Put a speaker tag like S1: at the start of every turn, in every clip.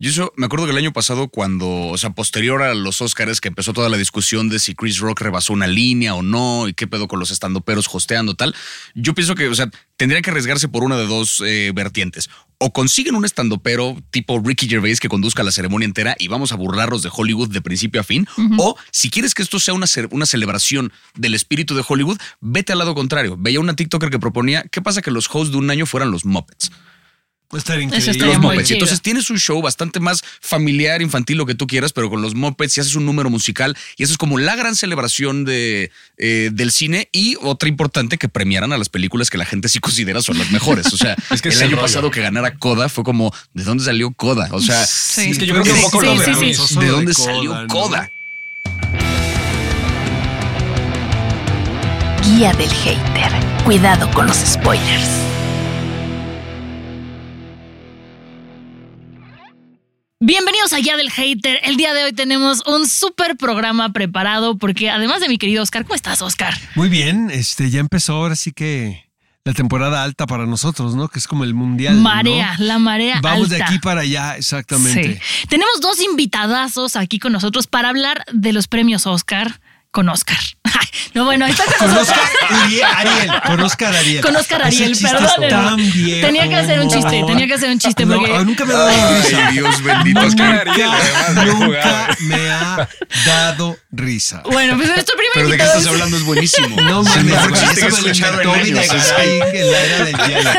S1: Yo eso, me acuerdo que el año pasado, cuando, o sea, posterior a los Oscars, que empezó toda la discusión de si Chris Rock rebasó una línea o no, y qué pedo con los estandoperos hosteando tal, yo pienso que, o sea, tendría que arriesgarse por una de dos eh, vertientes. O consiguen un estandopero tipo Ricky Gervais que conduzca la ceremonia entera y vamos a burlarnos de Hollywood de principio a fin. O si quieres que esto sea una, ce- una celebración del espíritu de Hollywood, vete al lado contrario. Veía una TikToker que proponía, ¿qué pasa que los hosts de un año fueran los Muppets?
S2: Pues,
S3: Estar
S4: Eso
S3: increíble.
S4: estaría
S1: los
S4: muy
S1: Muppets.
S4: chido.
S1: Entonces tienes un show bastante más familiar, infantil, lo que tú quieras, pero con los Muppets y haces un número musical y eso es como la gran celebración de, eh, del cine y otra importante que premiaran a las películas que la gente sí considera son las mejores. O sea,
S3: Es que
S1: el
S3: es el
S1: año
S3: rollo.
S1: pasado que ganara Coda fue como, ¿de dónde salió Coda? O sea,
S4: Sí.
S3: Es que yo creo que un
S4: Sí,
S3: poco
S4: sí,
S3: lo
S4: sí,
S3: verán,
S4: sí.
S3: eso solo
S1: ¿de dónde
S3: Coda,
S1: salió
S3: ¿no?
S1: Coda?
S5: Guía del hater. Cuidado con los spoilers.
S4: Bienvenidos a Guía del Hater. El día de hoy tenemos un súper programa preparado porque además de mi querido Oscar, ¿cómo estás, Oscar?
S3: Muy bien, este ya empezó ahora sí que la temporada alta para nosotros, ¿no? Que es como el mundial. Eh, ¿no?
S4: Marea, la marea
S3: Vamos de
S4: alta.
S3: aquí para allá, exactamente.
S4: Sí. Tenemos dos invitadazos aquí con nosotros para hablar de los premios Oscar con Oscar. No, bueno, está con
S3: Con
S4: nosotros.
S3: Oscar Uriel- Ariel. Con Oscar Ariel.
S4: Con Oscar
S3: Ese
S4: Ariel,
S3: chiste es
S4: perdónenme.
S3: tan viejo.
S4: Tenía que hacer un chiste, tenía que hacer un chiste
S3: No, ah,
S4: porque-
S3: nunca me ha dado risa.
S1: Dios bendito.
S3: Nunca, nunca me ha dado risa.
S4: Bueno, pues nuestro primer
S1: Pero de qué
S4: invitado
S1: estás
S4: es-
S1: hablando es buenísimo.
S3: No
S1: Es el
S3: mames,
S1: mejor
S3: güey,
S1: chiste que he
S3: eso me lo
S1: escuchado en
S3: inventó
S1: años, o sea.
S3: Videgaray en la era del hielo.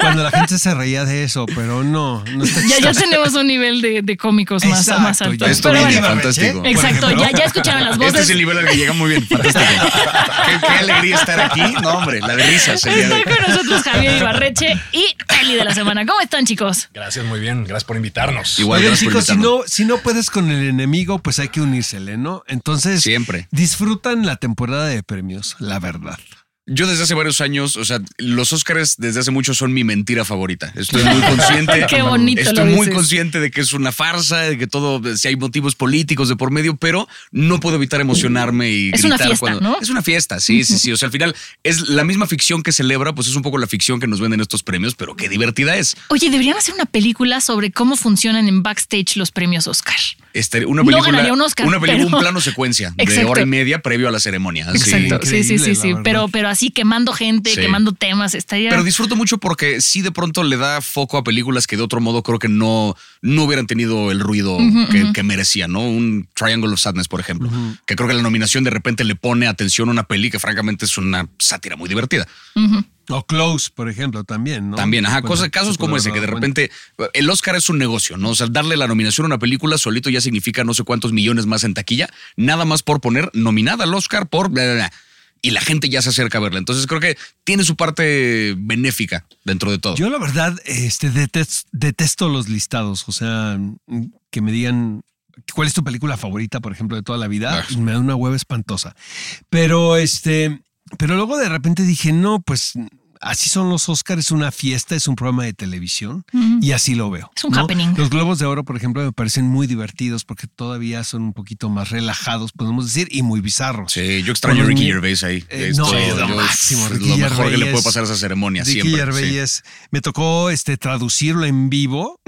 S3: Cuando la gente se reía de eso, pero no, no está
S4: ya, ya
S3: chistoso.
S4: tenemos un nivel de, de cómicos más,
S3: Exacto,
S4: más alto.
S3: ya
S1: Esto
S4: Pero
S3: está.
S1: viene
S4: bueno,
S1: fantástico.
S3: por
S4: exacto,
S3: ejemplo.
S4: ya, ya escucharon las voces.
S1: Este es el nivel al que llega muy bien. Fantástico. qué, qué alegría estar aquí. No, hombre, la de risa sería.
S4: Está con nosotros Javier Ibarreche y Eli de la semana. ¿Cómo están, chicos?
S2: Gracias, muy bien. Gracias por invitarnos.
S1: Igual,
S3: Oigan,
S1: gracias por
S3: chicos, si
S1: invitarnos.
S3: no, si no puedes con el enemigo, pues hay que unírsele, ¿no? Entonces,
S1: Siempre.
S3: disfrutan la temporada de premios, la verdad.
S1: Yo desde hace varios años, o sea, los Óscares desde hace mucho son mi mentira favorita. Estoy muy consciente.
S4: Qué bonito lo
S1: Estoy muy
S4: dices.
S1: consciente de que es una farsa, de que todo, si hay motivos políticos de por medio, pero no puedo evitar emocionarme y
S4: Es una
S1: gritar
S4: fiesta,
S1: cuando.
S4: ¿no?
S1: Es una fiesta, sí, sí, sí. O sea, al final es la misma ficción que celebra, pues es un poco la ficción que nos venden estos premios, pero qué divertida es.
S4: Oye, deberían hacer una película sobre cómo funcionan en backstage los premios Oscar.
S1: Este, una
S4: No
S1: película,
S4: ganaría un Oscar,
S1: una película,
S4: pero-
S1: un plano secuencia de
S4: Exacto.
S1: hora y media previo a la ceremonia. así.
S4: Exacto. Sí, sí, sí,
S3: increíble, la
S4: sí.
S3: verdad.
S4: Pero, pero así quemando gente,
S1: Sí.
S4: quemando temas, estaría.
S1: Pero disfruto mucho porque sí de pronto le da foco a películas que de otro modo creo que no, no hubieran tenido el ruido que, que merecían, ¿no? Un Triangle of Sadness, por ejemplo, que creo que la nominación de repente le pone atención a una peli que francamente es una sátira muy divertida.
S3: O Close, por ejemplo, también, ¿no?
S1: También, ajá,
S3: Bueno,
S1: cosas, casos
S3: se puede
S1: como
S3: haber
S1: ese, que de
S3: dado
S1: repente el Oscar es un negocio, ¿no? O sea, darle la nominación a una película solito ya significa no sé cuántos millones más en taquilla, nada más por poner nominada al Oscar por bla, bla, bla. Y la gente ya se acerca a verla. Entonces creo que tiene su parte benéfica dentro de todo.
S3: Yo la verdad este, detes- detesto los listados, o sea, mm, que me digan cuál es tu película favorita, por ejemplo, de toda la vida,
S1: Ah.
S3: me da una hueva espantosa. Pero este, pero luego de repente dije, no, pues así son los Oscars, es una fiesta, es un programa de televisión y así lo veo.
S4: Es un happening.
S3: Los Globos de Oro, por ejemplo, me parecen muy divertidos porque todavía son un poquito más relajados, podemos decir, y muy bizarros.
S1: Sí, yo extraño a
S3: Con
S1: Ricky
S3: un-
S1: Gervais ahí.
S3: Eh, no,
S1: Esto-
S3: es lo
S1: yo-
S3: máximo,
S1: es
S3: Ricky
S1: lo mejor que le
S3: Gervais.
S1: puede pasar a esa ceremonia
S3: Ricky
S1: siempre.
S3: Gervais
S1: sí.
S3: es- Me tocó este, traducirlo en vivo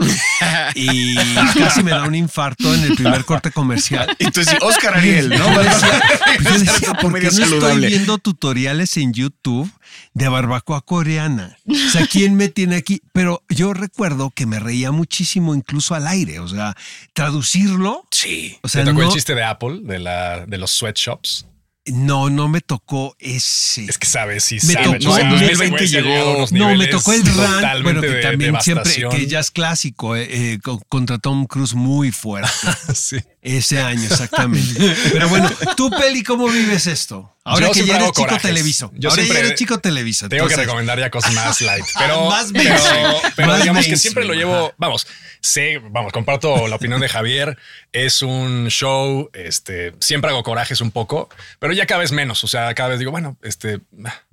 S3: y casi me da un infarto en el primer corte comercial.
S1: Y tú decís, Oscar Ariel, ¿no?
S3: Yo decía, pues yo
S1: Es
S3: decía,
S1: una
S3: ¿por qué
S1: comedia
S3: no
S1: saludable.
S3: estoy viendo tutoriales en YouTube de barbacoa coreana? O sea, ¿quién me tiene aquí? Pero yo recuerdo que me reía muchísimo incluso al aire, o sea, traducirlo.
S1: Sí.
S3: O
S2: ¿Te
S3: sea,
S2: tocó el
S3: no,
S2: chiste de Apple, de, la, de los sweatshops?
S3: no, no me tocó ese.
S2: Es que sabes, sí,
S3: Me
S2: sabes.
S3: tocó,
S2: o sea,
S3: en
S2: ese
S3: 2020
S2: güey se ha llegado a unos
S3: No, me
S2: niveles
S3: tocó el rant,
S2: totalmente
S3: bueno, que
S2: de
S3: también siempre,
S2: devastación.
S3: que ya es clásico, eh, eh, co- contra Tom Cruise muy fuerte.
S2: Sí.
S3: Ese año, exactamente. Pero bueno, tú, Peli, ¿cómo vives esto? Ahora
S2: Yo
S3: que
S2: siempre
S3: ya eres
S2: hago
S3: chico
S2: corajes.
S3: televiso.
S2: Yo
S3: Ahora ya
S2: siempre
S3: eres chico televiso.
S2: Tengo que
S3: entonces,
S2: recomendar ya cosas más light, pero,
S3: Más
S2: pero,
S3: mainstream.
S2: pero
S3: Más
S2: digamos que
S3: mainstream,
S2: siempre lo llevo,
S3: ajá.
S2: vamos, sé, vamos, comparto la opinión de Javier, es un show, este, siempre hago corajes un poco, pero ya cada vez menos, o sea, cada vez digo, bueno, este,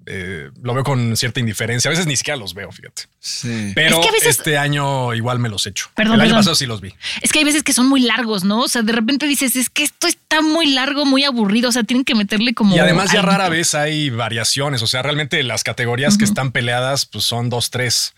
S2: eh, lo veo con cierta indiferencia, a veces ni siquiera los veo, fíjate,
S3: sí.
S2: pero
S4: Es que a veces-
S2: este año igual me los echo.
S4: Perdón,
S2: El año
S4: perdón.
S2: pasado sí los vi.
S4: Es que hay veces que son muy largos, ¿no? O sea, de repente dices, es que esto está muy largo, muy aburrido. O sea, tienen que meterle como.
S2: Y además ya
S4: algo.
S2: rara vez hay variaciones, o sea, realmente las categorías que están peleadas pues son dos, tres.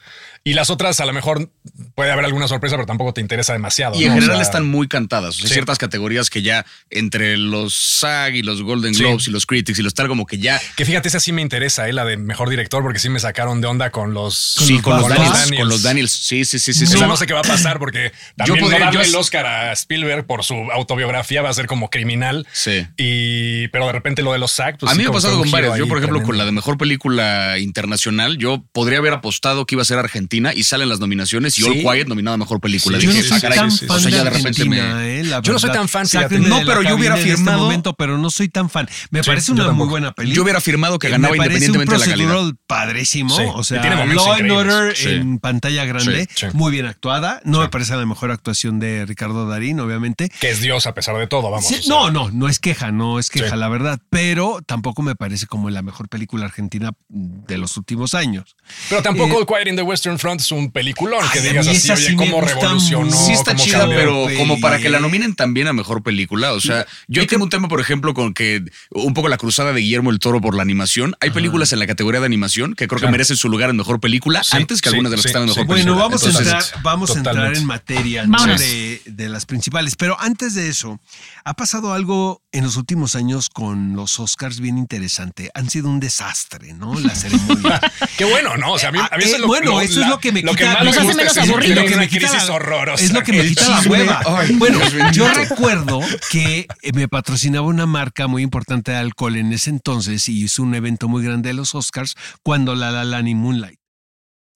S2: Y las otras a lo mejor puede haber alguna sorpresa, pero tampoco te interesa demasiado.
S1: Y
S2: ¿no?
S1: en
S2: O
S1: general
S2: sea,
S1: están muy cantadas. O sea, hay
S2: Sí.
S1: ciertas categorías que ya entre los SAG y los Golden
S2: Sí.
S1: Globes y los Critics y los tal, como que ya.
S2: Que fíjate, esa sí me interesa, eh, la de mejor director, porque sí me sacaron de onda con los...
S3: Con
S1: sí,
S3: los
S1: con los
S3: Baftas.
S1: Daniels, Con los Daniels. Sí, sí, sí, sí.
S2: O
S1: sí.
S2: sea, no sé qué va a pasar porque también
S1: podría-
S2: no
S1: yo
S2: darle
S1: es-
S2: el Oscar a Spielberg por su autobiografía va a ser como criminal.
S1: Sí.
S2: Y pero de repente lo de los SAG. pues,
S1: a
S2: sí,
S1: mí me ha
S2: como
S1: pasado
S2: fue un
S1: con
S2: giro
S1: varias. Yo,
S2: ahí
S1: por ejemplo,
S2: tremendo.
S1: con la de mejor película internacional, yo podría haber apostado que iba a ser Argentina y salen las nominaciones y All
S2: Sí.
S1: Quiet nominada a mejor película.
S2: Sí,
S3: Yo
S1: Dije,
S3: no
S2: sí,
S3: soy
S1: "Ah, caray".
S3: tan
S1: O
S3: fan
S1: sea,
S3: de
S1: ya de repente me.
S3: Argentina, eh, la
S2: Yo no soy
S3: verdad.
S2: tan fan,
S3: Sáquenme
S2: fíjate.
S3: de
S2: No,
S3: la
S1: pero yo hubiera
S3: cabina en este
S1: firmado-
S3: momento, pero no soy tan fan. Me
S2: Sí,
S3: parece
S2: yo
S3: una muy
S2: tampoco.
S3: buena película.
S1: Yo hubiera firmado que ganaba
S3: me parece
S1: independientemente
S3: un
S1: de la calidad.
S3: procedural padrísimo,
S2: Sí,
S3: o
S2: y
S3: sea,
S2: tiene momentos
S3: Law and
S2: increíbles.
S3: Order
S1: Sí.
S3: en pantalla grande,
S2: Sí, sí.
S3: muy bien actuada. No me parece la mejor actuación de Ricardo Darín, obviamente.
S2: Que es Dios a pesar de todo, vamos.
S3: Sí,
S2: o sea,
S3: no, no, no es queja, no es queja,
S2: Sí.
S3: la verdad, pero tampoco me parece como la mejor película argentina de los últimos años.
S2: Pero tampoco
S3: Eh,
S2: el Quiet in the Western Front es un peliculón que
S3: Ay, a
S2: digas
S3: mí
S2: así,
S3: esa
S2: oye,
S3: sí me
S2: cómo
S3: gusta
S2: revolucionó.
S3: mucho.
S1: Sí está
S2: cómo
S1: chida,
S2: cambió.
S1: pero
S3: Pero,
S1: como para que la
S3: eh.
S1: nominen también a mejor película. O sea, yo ahí tengo un tema, por ejemplo, con que un poco la cruzada de Guillermo el Toro por la animación. Hay películas en la categoría de animación que creo que
S2: Claro.
S1: merecen su lugar en mejor película
S2: Sí,
S1: antes que
S2: sí,
S1: algunas de las
S2: sí,
S1: que están en
S2: sí.
S1: mejor película.
S3: Bueno, vamos a
S1: Entonces,
S3: entrar, vamos a entrar
S2: totalmente.
S3: en materia ¿no?
S4: Vámonos.
S3: de, de las principales. Pero antes de eso, ha pasado algo en los últimos años con los Oscars bien interesante. Han sido un desastre, ¿no? La ceremonia.
S2: Qué bueno, ¿no? O sea, a mí, a mí
S3: Eh,
S2: eso es lo,
S3: bueno,
S2: lo-
S3: eso es
S2: la-
S3: lo que me quita.
S2: más
S4: Los hace
S2: gusta
S4: menos
S2: es que
S4: aburridos.
S2: Es
S3: que
S2: una
S3: me quita
S2: crisis
S3: la-
S2: horrorosa.
S3: Es lo que me
S1: El
S3: quita la
S1: chisme.
S3: hueva.
S1: Ay,
S3: bueno,
S1: Dios bendito.
S3: yo recuerdo que eh, me patrocinaba una marca muy importante de alcohol en ese entonces y hizo un evento muy grande de los Oscars cuando la La Land y Moonlight.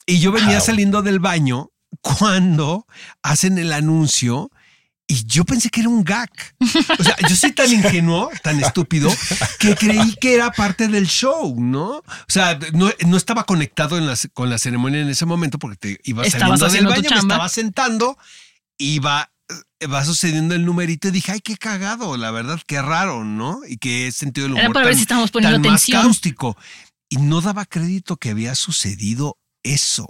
S3: Y yo venía
S2: Wow.
S3: saliendo del baño cuando hacen el anuncio y yo pensé que era un gag. O sea, yo soy tan ingenuo, tan estúpido, que creí que era parte del show, ¿no? O sea, no, no estaba conectado en la ce- con la ceremonia en ese momento porque te iba
S4: Estabas haciendo
S3: saliendo del
S4: tu
S3: baño, me
S4: chamba.
S3: estaba sentando y va, eh, va sucediendo el numerito y dije, ay, qué cagado, la verdad, qué raro, ¿no? Y qué sentido del humor
S4: Era para ver
S3: tan-
S4: si estábamos poniendo
S3: tan más
S4: atención.
S3: cáustico. Y no daba crédito que había sucedido eso.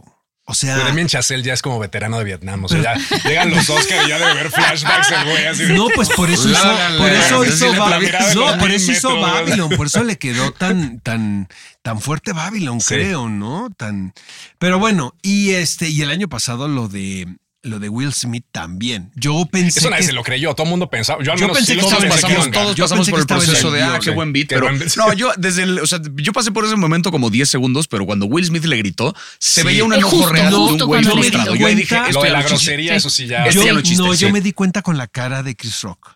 S3: O sea,
S2: Pero Damien Chazelle ya es como veterano de Vietnam. O sea, ya llegan los Oscar y ya debe ver flashbacks el güey así. de-
S3: No, pues por eso
S1: La,
S3: hizo,
S1: la, la,
S3: por
S1: la,
S3: eso
S1: la,
S3: hizo,
S2: la, la,
S3: Babi-
S2: la, la,
S3: no,
S2: la,
S3: por
S2: la,
S3: eso
S2: la,
S3: hizo
S2: la, la, la, la.
S3: Babylon, por eso le quedó tan, tan, tan fuerte Babylon,
S2: Sí.
S3: creo, ¿no? Tan, pero bueno, y este, y el año pasado lo de lo de Will Smith también. Yo pensé
S2: Eso nadie
S3: que-
S2: se lo creyó. Todo el mundo pensaba. Yo, al
S3: Yo
S2: menos
S3: pensé
S2: sí
S3: que
S2: lo
S3: estaba
S1: todos
S3: en
S2: pensé
S3: el
S1: pasamos,
S3: guión,
S2: iba a
S1: todos
S3: Yo
S1: pasamos
S3: pensé
S1: por
S3: que
S1: el
S3: estaba en
S1: proceso
S3: el
S1: de ah,
S3: guión,
S1: qué
S3: sí.
S1: buen beat,
S2: Qué
S1: pero
S2: buen beat.
S1: no, yo desde el, o sea, yo pasé por ese momento como 10 segundos, pero cuando Will Smith le gritó, se
S3: Sí.
S1: veía un
S4: Es
S1: enojo
S4: justo,
S1: real de un
S4: justo
S1: güey
S4: cuando le
S1: frustrado.
S3: gritó.
S1: Yo ahí dije,
S3: Cuenta-
S1: esto
S2: Lo de
S1: ya
S2: la
S1: lo chiste.
S2: grosería, eso sí ya.
S1: Este
S3: Yo-
S1: ya lo chiste,
S3: no,
S1: sí.
S3: yo me di cuenta con la cara de Chris Rock.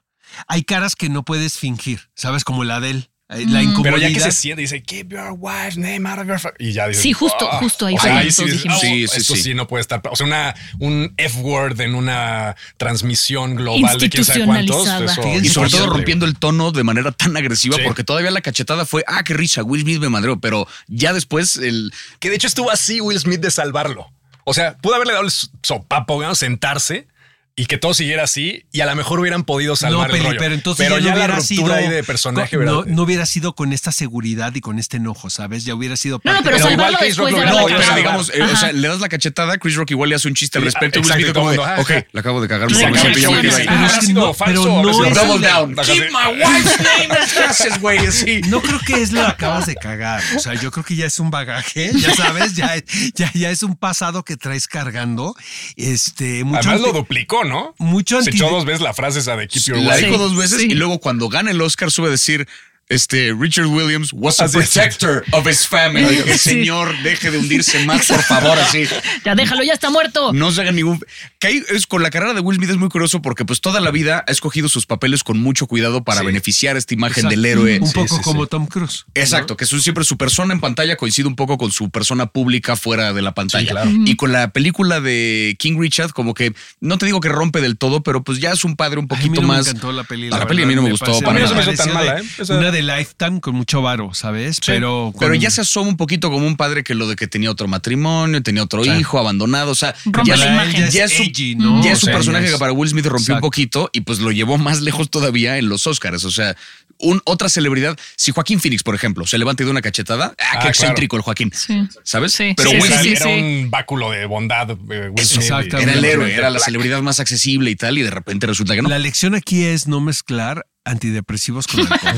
S3: Hay caras que no puedes fingir, ¿sabes? Como la de él. eh,
S4: Mm.
S3: La
S2: Pero
S3: incomodidad.
S2: ya que se siente, dice, keep your wife's name out of your fa-" Y ya dice.
S4: Sí, justo- justo ahí
S2: O
S4: fue
S2: sea,
S4: cuando
S2: ahí sí,
S4: todos
S2: dices,
S4: dijimos.
S2: "Ah,
S1: Sí, sí,
S2: esto
S1: sí.
S2: sí. no puede estar. O sea, una, un F-word en una transmisión global de quién sabe cuántos.
S4: Institucionalizada.
S2: eso-
S3: Fíjense
S1: Y
S3: Sí,
S1: sobre
S3: sí,
S1: todo
S3: sí.
S1: rompiendo el tono de manera tan agresiva,
S2: Sí.
S1: porque todavía la cachetada fue, ah, qué risa, Will Smith me madreó, pero ya después el...
S2: Que de hecho estuvo así Will Smith de salvarlo. O sea, pudo haberle dado el so- sopapo, ¿no? sentarse y que todo siguiera así y a lo mejor hubieran podido salvar
S3: Peli,
S2: el rollo.
S3: pero entonces
S2: Pero
S3: ya, no
S2: ya la
S3: hubiera
S2: ruptura
S3: sido
S2: ahí de personaje,
S3: con- no,
S2: ¿verdad?
S3: no hubiera sido con esta seguridad y con este enojo, ¿sabes? Ya hubiera sido
S4: No, no, pero
S2: Pero igual
S4: salvarlo
S2: que
S4: después
S2: Chris
S4: de
S2: Rock lo-
S4: haberla
S2: no,
S1: pero
S2: cagado.
S1: digamos, eh, o
S4: Ajá.
S1: sea, le das la cachetada, Chris Rock igual le hace un chiste al
S2: Sí,
S1: respecto y Will
S2: exacto,
S1: Smith
S2: y todo
S1: como, de,
S2: el mundo,
S1: ok,
S2: ah,
S1: la acabo de cagar,
S4: Se
S1: me
S4: acabó
S1: siento
S4: el
S1: ya me
S4: chiste,
S1: quiero ir".
S4: ajá.
S2: ¿Habrá
S3: es que
S2: sido
S3: no,
S2: falso
S3: pero
S2: o habrá
S3: no
S2: sido
S3: es-
S2: real?
S1: Double down.
S2: Ajá,
S1: Keep
S2: sí.
S1: my wife's name. Gracias, güey. así.
S3: No creo que es lo que acabas de cagar. O sea, yo creo que ya es un bagaje, ya sabes, ya, ya, ya es un pasado que traes cargando. Este, mucho
S2: Además lo
S3: anti-
S2: duplicó, ¿no?
S3: mucho
S2: Se
S3: anti-
S2: echó dos veces la frase esa de keep your
S1: la
S2: wife.
S1: dijo dos veces
S4: sí.
S1: y luego cuando gana el Oscar sube a decir este, Richard Williams was a
S2: Así es.
S1: protector of his family.
S4: Sí.
S1: Señor, deje de hundirse más, por favor, así.
S4: Ya déjalo, ya está muerto.
S1: No se haga ningún. Que ahí es, con la carrera de Will Smith es muy curioso porque, pues, toda la vida ha escogido sus papeles con mucho cuidado para beneficiar esta imagen del héroe.
S3: Un
S1: Sí,
S3: poco
S1: sí,
S3: como
S1: sí.
S3: Tom Cruise.
S1: Exacto, que su- siempre su persona en pantalla coincide un poco con su persona pública fuera de la pantalla. Y con la película de King Richard, como que no te digo que rompe del todo, pero pues ya es un padre un
S3: Ay, a mí
S1: poquito
S3: no
S1: más.
S3: Me encantó la peli.
S1: La peli a mí no me gustó para
S2: A mí no se me hizo
S3: pareció
S2: tan mala,
S3: de-
S2: ¿eh? Esa-
S3: Una de Lifetime con mucho varo, ¿sabes? pero,
S1: Pero
S3: con-
S1: ya se asoma un poquito como un padre que lo de que tenía otro matrimonio, tenía otro hijo abandonado, o sea,
S4: Rompe
S1: ya
S4: la
S1: su-
S4: imagen.
S1: ya es, su-
S3: Edgy, ¿no?
S1: ya es
S3: O
S1: un
S3: sea,
S1: personaje
S3: ya es-
S1: que para Will Smith rompió un
S3: Exacto.
S1: poquito y pues lo llevó más lejos todavía en los Oscars, o sea, un- otra celebridad, si Joaquín Phoenix, por ejemplo, se levanta y da una cachetada, ah, qué
S2: Ah,
S1: excéntrico el Joaquín,
S4: Sí.
S1: ¿sabes?
S4: Sí,
S1: Pero
S4: sí,
S1: Will
S2: era,
S1: Smith
S4: sí,
S2: era
S4: sí.
S2: un báculo de bondad. eh, Will Smith.
S1: era
S3: Exactamente.
S1: el
S3: Exactamente.
S1: héroe, era la celebridad más accesible y tal y de repente resulta que no.
S3: La lección aquí es no mezclar antidepresivos con alcohol.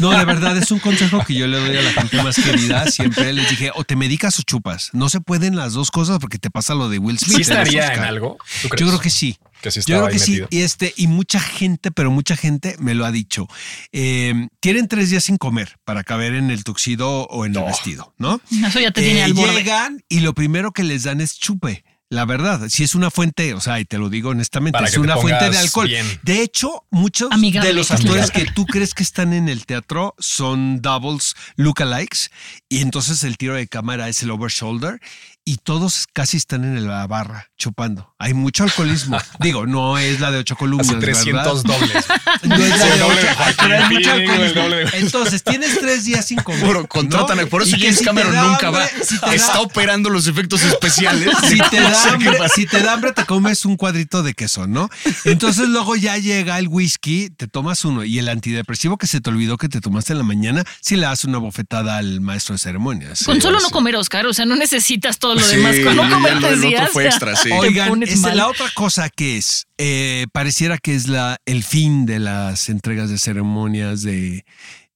S3: No, de verdad, es un consejo que yo le doy a la gente más querida. Siempre les dije, o te medicas o chupas. No se pueden las dos cosas porque te pasa lo de Will Smith.
S2: ¿Sí
S3: en los
S2: estaría
S3: Oscar.
S2: en algo? ¿Tú
S3: Yo
S2: crees?
S3: creo que sí.
S2: Que sí
S3: Yo
S2: estaba
S3: creo
S2: ahí
S3: que sí.
S2: metido.
S3: Y este, y mucha gente, pero mucha gente me lo ha dicho. Eh, tienen tres días sin comer para caber en el tuxido o en el vestido, ¿no?
S4: Eso ya te tiene
S3: Eh,
S4: al borde.
S3: Llegan y lo primero que les dan es chupe. La verdad, si es una fuente, o sea, y te lo digo honestamente,
S2: Para
S3: es
S2: que te
S3: una fuente de
S2: pongas
S3: alcohol.
S2: bien.
S3: De hecho, muchos
S4: Amigable,
S3: de los
S4: claro.
S3: actores que tú crees que están en el teatro son doubles lookalikes y entonces el tiro de cámara es el over shoulder y todos casi están en la barra chupando. Hay mucho alcoholismo. Digo, no es la de ocho columnas,
S2: Hace 300
S3: Pues, ¿verdad?
S2: dobles.
S3: No es la
S2: el
S3: de
S2: doble de
S3: ocho,
S2: Joaquín
S3: pero hay
S2: Phoenix,
S3: mucho
S2: el
S3: alcoholismo.
S2: doble de-
S3: Entonces, tienes tres días sin comer.
S1: Por, contratan
S3: ¿no?
S1: a- por eso
S3: Y que
S1: James
S3: si te
S1: Cameron
S3: da
S1: nunca va.
S3: hambre, si te da-
S1: Está operando los efectos especiales.
S3: si te, da
S1: Cosa que
S3: hambre,
S1: pasa.
S3: si te da hambre, te comes un cuadrito de queso, ¿no? Entonces luego ya llega el whisky, te tomas uno y el antidepresivo que se te olvidó que te tomaste en la mañana, si le das una bofetada al maestro de ceremonias.
S4: Con
S3: Sí,
S4: solo no
S3: sí.
S4: comer, Oscar, o sea, no necesitas todo lo
S1: Sí,
S4: demás.
S1: ya
S4: Con no
S1: lo
S4: comer
S1: del
S4: tres
S1: otro
S4: días,
S1: fue
S4: ya
S1: extra, sí.
S4: te
S3: Oigan,
S4: pones
S3: es
S4: mal.
S3: la otra cosa que es, eh, pareciera que es la, el fin de las entregas de ceremonias de...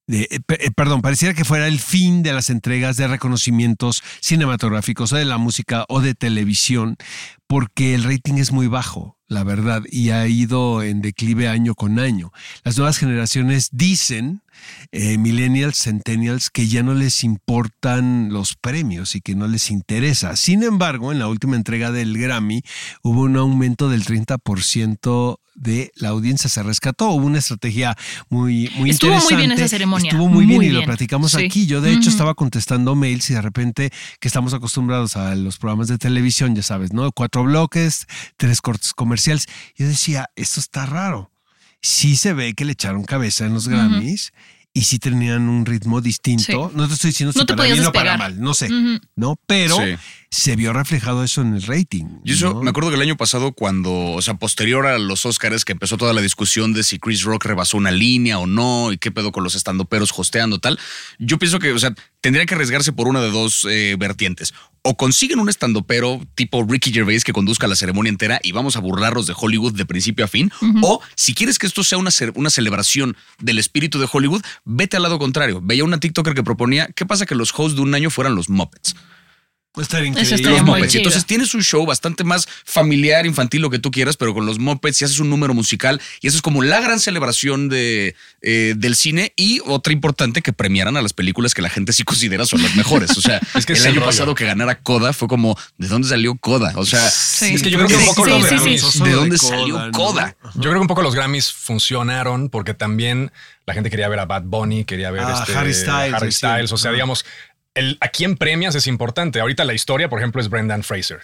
S3: de- eh, pe- eh, perdón, pareciera que fuera el fin de las entregas de reconocimientos cinematográficos o de la música o de televisión, porque el rating es muy bajo, la verdad, y ha ido en declive año con año. Las nuevas generaciones dicen, eh, millennials, centennials, que ya no les importan los premios y que no les interesa. Sin embargo, en la última entrega del Grammy hubo un aumento del 30% de la audiencia se rescató. Hubo una estrategia muy, muy
S4: Estuvo muy
S3: interesante.
S4: bien esa ceremonia,
S3: Estuvo muy, bien,
S4: muy
S3: y lo
S4: bien.
S3: platicamos
S4: Sí.
S3: aquí. Yo, de hecho,
S4: Ujú.
S3: estaba contestando mails y de repente que estamos acostumbrados a los programas de televisión, ya sabes, ¿no? Cuatro bloques, tres cortes comerciales. Yo decía, esto está raro. Sí se ve que le echaron cabeza en los Grammys y sí tenían un ritmo distinto. No te estoy diciendo si
S4: No te
S3: para bien
S4: podías
S3: o para
S4: despegar.
S3: mal, no sé,
S4: Ujú.
S3: ¿no? Pero
S1: Sí.
S3: se vio reflejado eso en el rating.
S1: Yo eso,
S3: ¿no?
S1: me acuerdo que el año pasado, cuando, o sea, posterior a los Oscars, que empezó toda la discusión de si Chris Rock rebasó una línea o no, y qué pedo con los estandoperos hosteando tal, yo pienso que, o sea, tendría que arriesgarse por una de dos eh, vertientes. O consiguen un estandopero tipo Ricky Gervais que conduzca la ceremonia entera y vamos a burlarnos de Hollywood de principio a fin. O si quieres que esto sea una, cer- una celebración del espíritu de Hollywood, vete al lado contrario. Veía una TikToker que proponía, ¿qué pasa que los hosts de un año fueran los Muppets?
S3: Estaría
S4: Eso
S3: increíble.
S4: estaría
S1: los
S4: muy
S1: Muppets.
S4: chido.
S1: Entonces tienes un show bastante más familiar, infantil, lo que tú quieras, pero con los Muppets y haces un número musical y eso es como la gran celebración de, eh, del cine y otra importante que premiaran a las películas que la gente sí considera son las mejores. O sea,
S2: Es que es
S1: el
S2: el
S1: año
S2: rollo.
S1: pasado que ganara Coda fue como, ¿de dónde salió Coda? O sea,
S4: Sí.
S2: Es que yo creo que un poco
S4: Sí,
S2: los
S4: sí, sí.
S2: Grammys.
S3: Solo
S1: ¿de
S3: de
S1: dónde
S3: Coda,
S1: salió
S3: ¿no?
S1: Coda?
S2: Yo creo que un poco los Grammys funcionaron porque también la gente quería ver a Bad Bunny, quería ver
S3: Ah,
S2: este,
S3: Harry Styles,
S2: Harry
S3: sí,
S2: Styles. O sea,
S3: ajá.
S2: digamos, el, a quién premias es importante. Ahorita la historia, por ejemplo, es Brendan Fraser.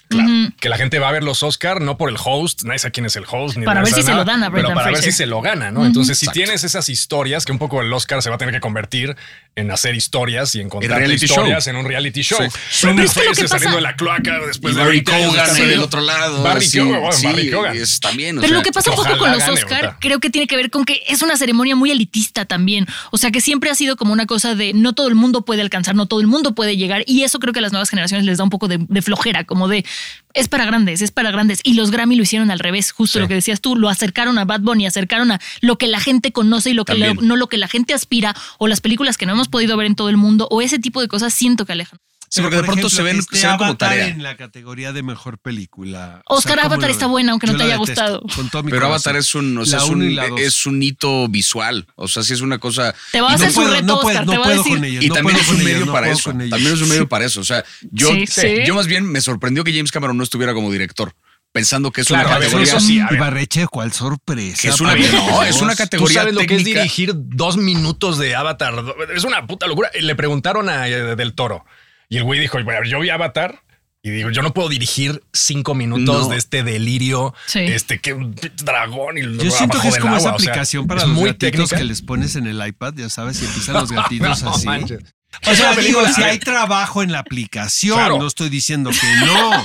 S2: Que la gente va a ver los Oscar no por el host, nadie sabe quién es el host. Ni
S4: Para
S2: nadie
S4: ver si
S2: sabe
S4: se lo dan a Brendan
S2: Pero para
S4: Fraser.
S2: ver si se lo gana, ¿no? Entonces, si tienes esas historias, que un poco el Oscar se va a tener que convertir en hacer historias y encontrar
S1: En reality
S2: historias
S1: show.
S2: en un reality show.
S1: Sí.
S2: Brendan
S4: es que lo que
S2: Fraser
S4: pasa-
S2: saliendo de la cloaca después
S1: Y
S2: de
S1: Barry
S2: 20 años
S1: Kogan
S2: estar
S1: ahí
S2: en-
S1: del otro lado.
S2: Barry
S1: así,
S2: Kogan, bueno,
S1: sí,
S2: Barry Kogan.
S1: es también. o
S4: Pero
S1: sea,
S4: lo que pasa un poco
S2: ojalá
S4: con los
S2: gane
S4: Oscar,
S2: ahorita.
S4: creo que tiene que ver con que es una ceremonia muy elitista también. O sea, que siempre ha sido como una cosa de no todo el mundo puede alcanzar, no todo el mundo puede llegar. Y eso creo que a las nuevas generaciones les da un poco de, de flojera, como de es para grandes, es para grandes. Y los Grammy lo hicieron al revés, justo lo que decías tú, lo acercaron a Bad Bunny, acercaron a lo que la gente conoce y lo que
S1: También.
S4: la- no lo que la gente aspira, o las películas que no hemos podido ver en todo el mundo, o ese tipo de cosas siento que alejan.
S1: Sí, porque de
S3: por
S1: pronto se ven-
S3: este
S1: se ven como
S3: Avatar
S1: tarea.
S3: en la categoría de mejor película.
S4: Oscar,
S3: ¿cómo
S4: Avatar
S3: lo
S4: está
S3: ven?
S4: buena, aunque no
S3: Yo
S4: te
S3: la
S4: haya
S3: detesto,
S4: gustado.
S3: con todo mi
S1: Pero
S3: corazón.
S1: Avatar es un, o sea,
S3: La
S1: es,
S3: uno
S1: un
S3: y la dos.
S1: es un hito visual. O sea, sí es una cosa.
S4: Te va a
S1: y no
S4: hacer su
S1: puedo-
S3: puedo,
S4: reto,
S3: no puedo,
S4: Oscar,
S3: no
S4: te va a
S3: puedo
S4: decir.
S3: con ellos.
S1: y
S3: no
S1: también
S3: puedo
S1: es un
S3: con
S1: medio
S3: ellos, no
S1: para
S3: puedo
S1: eso.
S3: con ellos.
S1: También es un medio para eso. O sea, yo,
S4: Sí, sí.
S1: yo más bien me sorprendió que James Cameron no estuviera como director, pensando que es
S2: Claro,
S1: una
S2: a ver,
S1: categoría.
S2: eso sí, a ver.
S3: Ibarreche, cuál sorpresa.
S1: Que es una-
S3: por
S1: no, es
S3: Dios.
S1: una cate-
S2: ¿Tú
S1: categoría
S2: sabes lo que es
S1: técnica.
S2: dirigir dos minutos de Avatar? Es una puta locura. Le preguntaron a eh, Del Toro y el güey dijo, "Bueno, yo vi Avatar y digo, yo no puedo dirigir cinco minutos
S1: No.
S2: de este delirio,
S4: Sí.
S2: este que un dragón y
S3: Yo siento que es como esa aplicación para los
S2: muy
S3: gatitos
S2: técnica.
S3: que les pones en el iPad, ya sabes, y empiezan los gatitos
S2: No
S3: así.
S2: manches.
S3: O
S2: Es
S3: sea,
S2: una
S3: digo,
S2: película,
S3: si
S2: a ver.
S3: hay trabajo en la aplicación,
S2: Claro.
S3: no estoy diciendo que no.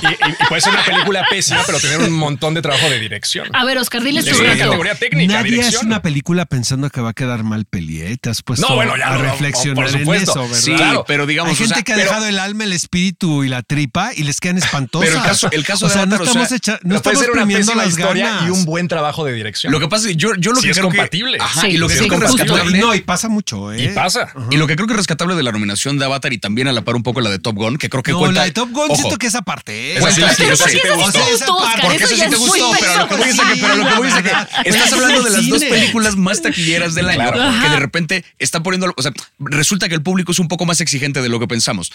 S2: Y, y- y puede ser una película pésima, pero tener un montón de trabajo de dirección.
S4: A ver, Oscar, diles tu
S2: Es una
S3: Pero
S4: reto.
S2: categoría técnica,
S3: Nadie
S2: dirección.
S3: hace una película pensando que va a quedar mal peli, ¿eh? Te has puesto
S2: No, bueno, ya
S3: a
S2: lo-
S3: reflexionar
S2: por
S3: en
S2: supuesto.
S3: eso, ¿verdad?
S1: Sí,
S2: Claro.
S1: pero digamos.
S3: Hay
S1: o
S3: gente
S1: sea,
S3: que ha
S1: pero-
S3: dejado el alma, el espíritu y la tripa y les quedan espantosas.
S1: Pero el caso- el caso
S3: o
S1: de
S3: sea, no
S1: Avatar, o
S3: estamos,
S1: sea,
S3: echa- no
S2: Pero puede
S3: estamos
S2: ser una
S3: premiando
S2: pésima
S3: las
S2: historia
S3: ganas.
S2: y un buen trabajo de dirección.
S1: Lo que pasa es que yo, yo lo
S2: Sí,
S1: que
S2: es
S1: creo que-
S2: compatible.
S1: Ajá,
S4: Sí,
S1: y lo que
S4: sí,
S1: creo que
S4: justo.
S1: rescatable-
S3: No, y pasa mucho, ¿eh?
S2: y pasa.
S1: Y lo que creo que es rescatable de la nominación de Avatar y también a la par un poco la de Top Gun, que creo que
S3: no,
S1: cuenta.
S3: la de Top Gun
S1: Ojo,
S3: siento que esa parte, ¿eh?
S1: Esa sí la
S4: Pero
S1: sí,
S4: sí,
S1: sí,
S4: es
S1: te
S4: distinto,
S1: gustó.
S4: Oscar.
S3: Porque
S4: eso
S1: eso
S4: ya
S1: sí te
S4: es
S1: gustó,
S4: muy
S1: pero lo que voy a decir
S4: personal.
S1: que- pero lo que voy a decir que estás
S3: Pues Es
S1: hablando de las dos
S3: cine.
S1: películas más taquilleras del año,
S2: Claro.
S1: que de repente está poniendo, o sea, resulta que el público es un poco más exigente de lo que pensamos.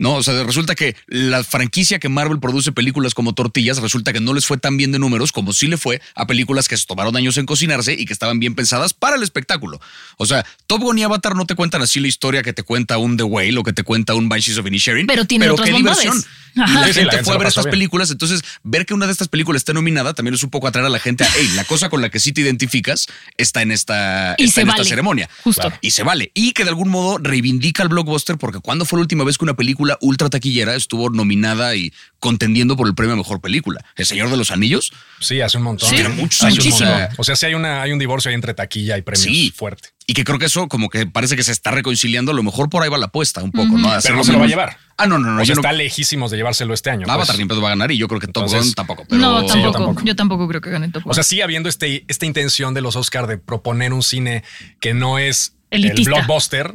S1: No, o sea, resulta que la franquicia que Marvel produce películas como tortillas, resulta que no les fue tan bien de números como sí le fue a películas que se tomaron años en cocinarse y que estaban bien pensadas para el espectáculo. O sea, Top Gun y Avatar no te cuentan así la historia que te cuenta un The Whale o que te cuenta un Banshees of Inisherin.
S4: Pero tienen otras
S1: qué
S4: bondades.
S1: diversión. Y la
S4: Ajá.
S2: Sí, sí, la
S1: gente
S2: gente
S1: fue
S2: se
S1: a
S2: la
S1: ver
S2: pasó
S1: estas
S2: bien.
S1: películas. Entonces, ver que una de estas películas está nominada también es un poco atraer a la gente a, hey, la cosa con la que sí te identificas está en esta,
S4: Y
S1: está
S4: se
S1: en
S4: vale.
S1: esta ceremonia.
S4: Justo.
S1: Claro. Y se vale. Y que de algún modo reivindica el blockbuster, porque ¿cuándo fue la última vez que una película ultra taquillera estuvo nominada y contendiendo por el premio a mejor película? ¿El Señor de los Anillos?
S2: Sí, hace un montón.
S4: Sí,
S2: Hace
S1: muchos
S2: un
S1: años.
S2: montón.
S1: Muchísimo.
S2: O sea, sí hay, una, hay un divorcio ahí entre taquilla y premios
S1: Sí.
S2: fuerte.
S1: Y que creo que eso como que parece que se está reconciliando. A lo mejor por ahí va la apuesta un poco, ¿no? Hacer
S2: Pero no se lo va a
S1: mismo.
S2: llevar.
S1: Ah, no, no, no.
S2: o sea,
S1: yo no-
S2: está lejísimos de llevárselo este año.
S1: Avatar
S2: pues.
S1: ni pedo va a ganar y yo creo que Top
S2: Entonces-
S1: Gun tampoco. pero-
S4: No,
S1: Sí, yo
S4: tampoco. Yo tampoco creo que gane Top Gun.
S2: O sea, sigue habiendo este, esta intención de los Oscar de proponer un cine que no es
S4: Elitista.
S2: el blockbuster,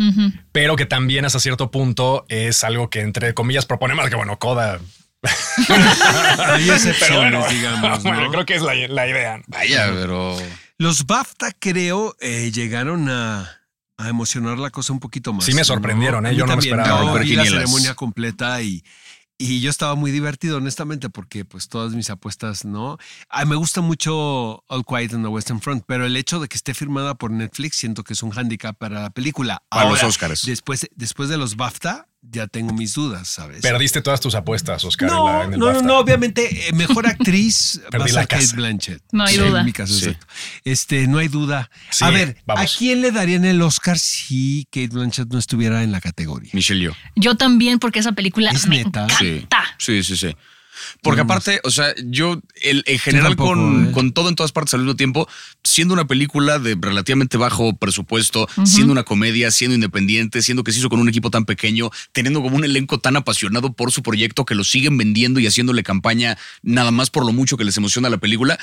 S2: pero que también hasta cierto punto es algo que entre comillas propone más que bueno, Coda.
S3: Hay
S2: Pero
S3: excepciones,
S2: bueno,
S3: digamos, ¿no?
S2: bueno, creo que es la, la idea.
S1: Vaya, pero.
S3: Los BAFTA, creo, eh, llegaron a, a emocionar la cosa un poquito más.
S2: Sí me sorprendieron,
S3: A
S2: ¿eh?
S3: mí
S2: Yo no me
S3: también,
S2: esperaba
S3: Yo
S1: romper
S3: vi la
S1: quinielas.
S3: ceremonia completa y, y yo estaba muy divertido, honestamente, porque pues todas mis apuestas, ¿no? Ah, me gusta mucho All Quiet on the Western Front, pero el hecho de que esté firmada por Netflix siento que es un hándicap para la película.
S1: Para los Óscares.
S3: Después, después de los BAFTA, ya tengo mis dudas, ¿sabes?
S2: Perdiste todas tus apuestas, Oscar. en la-
S3: No,
S2: en el
S3: no, no,
S2: BAFTA.
S3: no, obviamente, eh, mejor actriz
S2: Perdí
S3: vas
S2: la
S3: a Kate
S2: casa.
S3: Blanchett.
S4: No hay
S3: Sí,
S4: duda.
S3: en mi caso,
S1: Sí.
S3: exacto. Este, no hay duda.
S2: Sí,
S3: a ver,
S2: vamos.
S3: ¿a quién le darían el Oscar si Kate Blanchett no estuviera en la categoría?
S1: Michelle yo.
S4: yo también, porque esa película
S3: Es
S4: me
S3: neta.
S4: encanta.
S1: Sí. Sí, sí, sí. Porque aparte, o sea, yo el- en general
S3: tampoco,
S1: con,
S3: ¿eh?
S1: con todo en todas partes al mismo tiempo, siendo una película de relativamente bajo presupuesto, siendo una comedia, siendo independiente, siendo que se hizo con un equipo tan pequeño, teniendo como un elenco tan apasionado por su proyecto que lo siguen vendiendo y haciéndole campaña nada más por lo mucho que les emociona la película,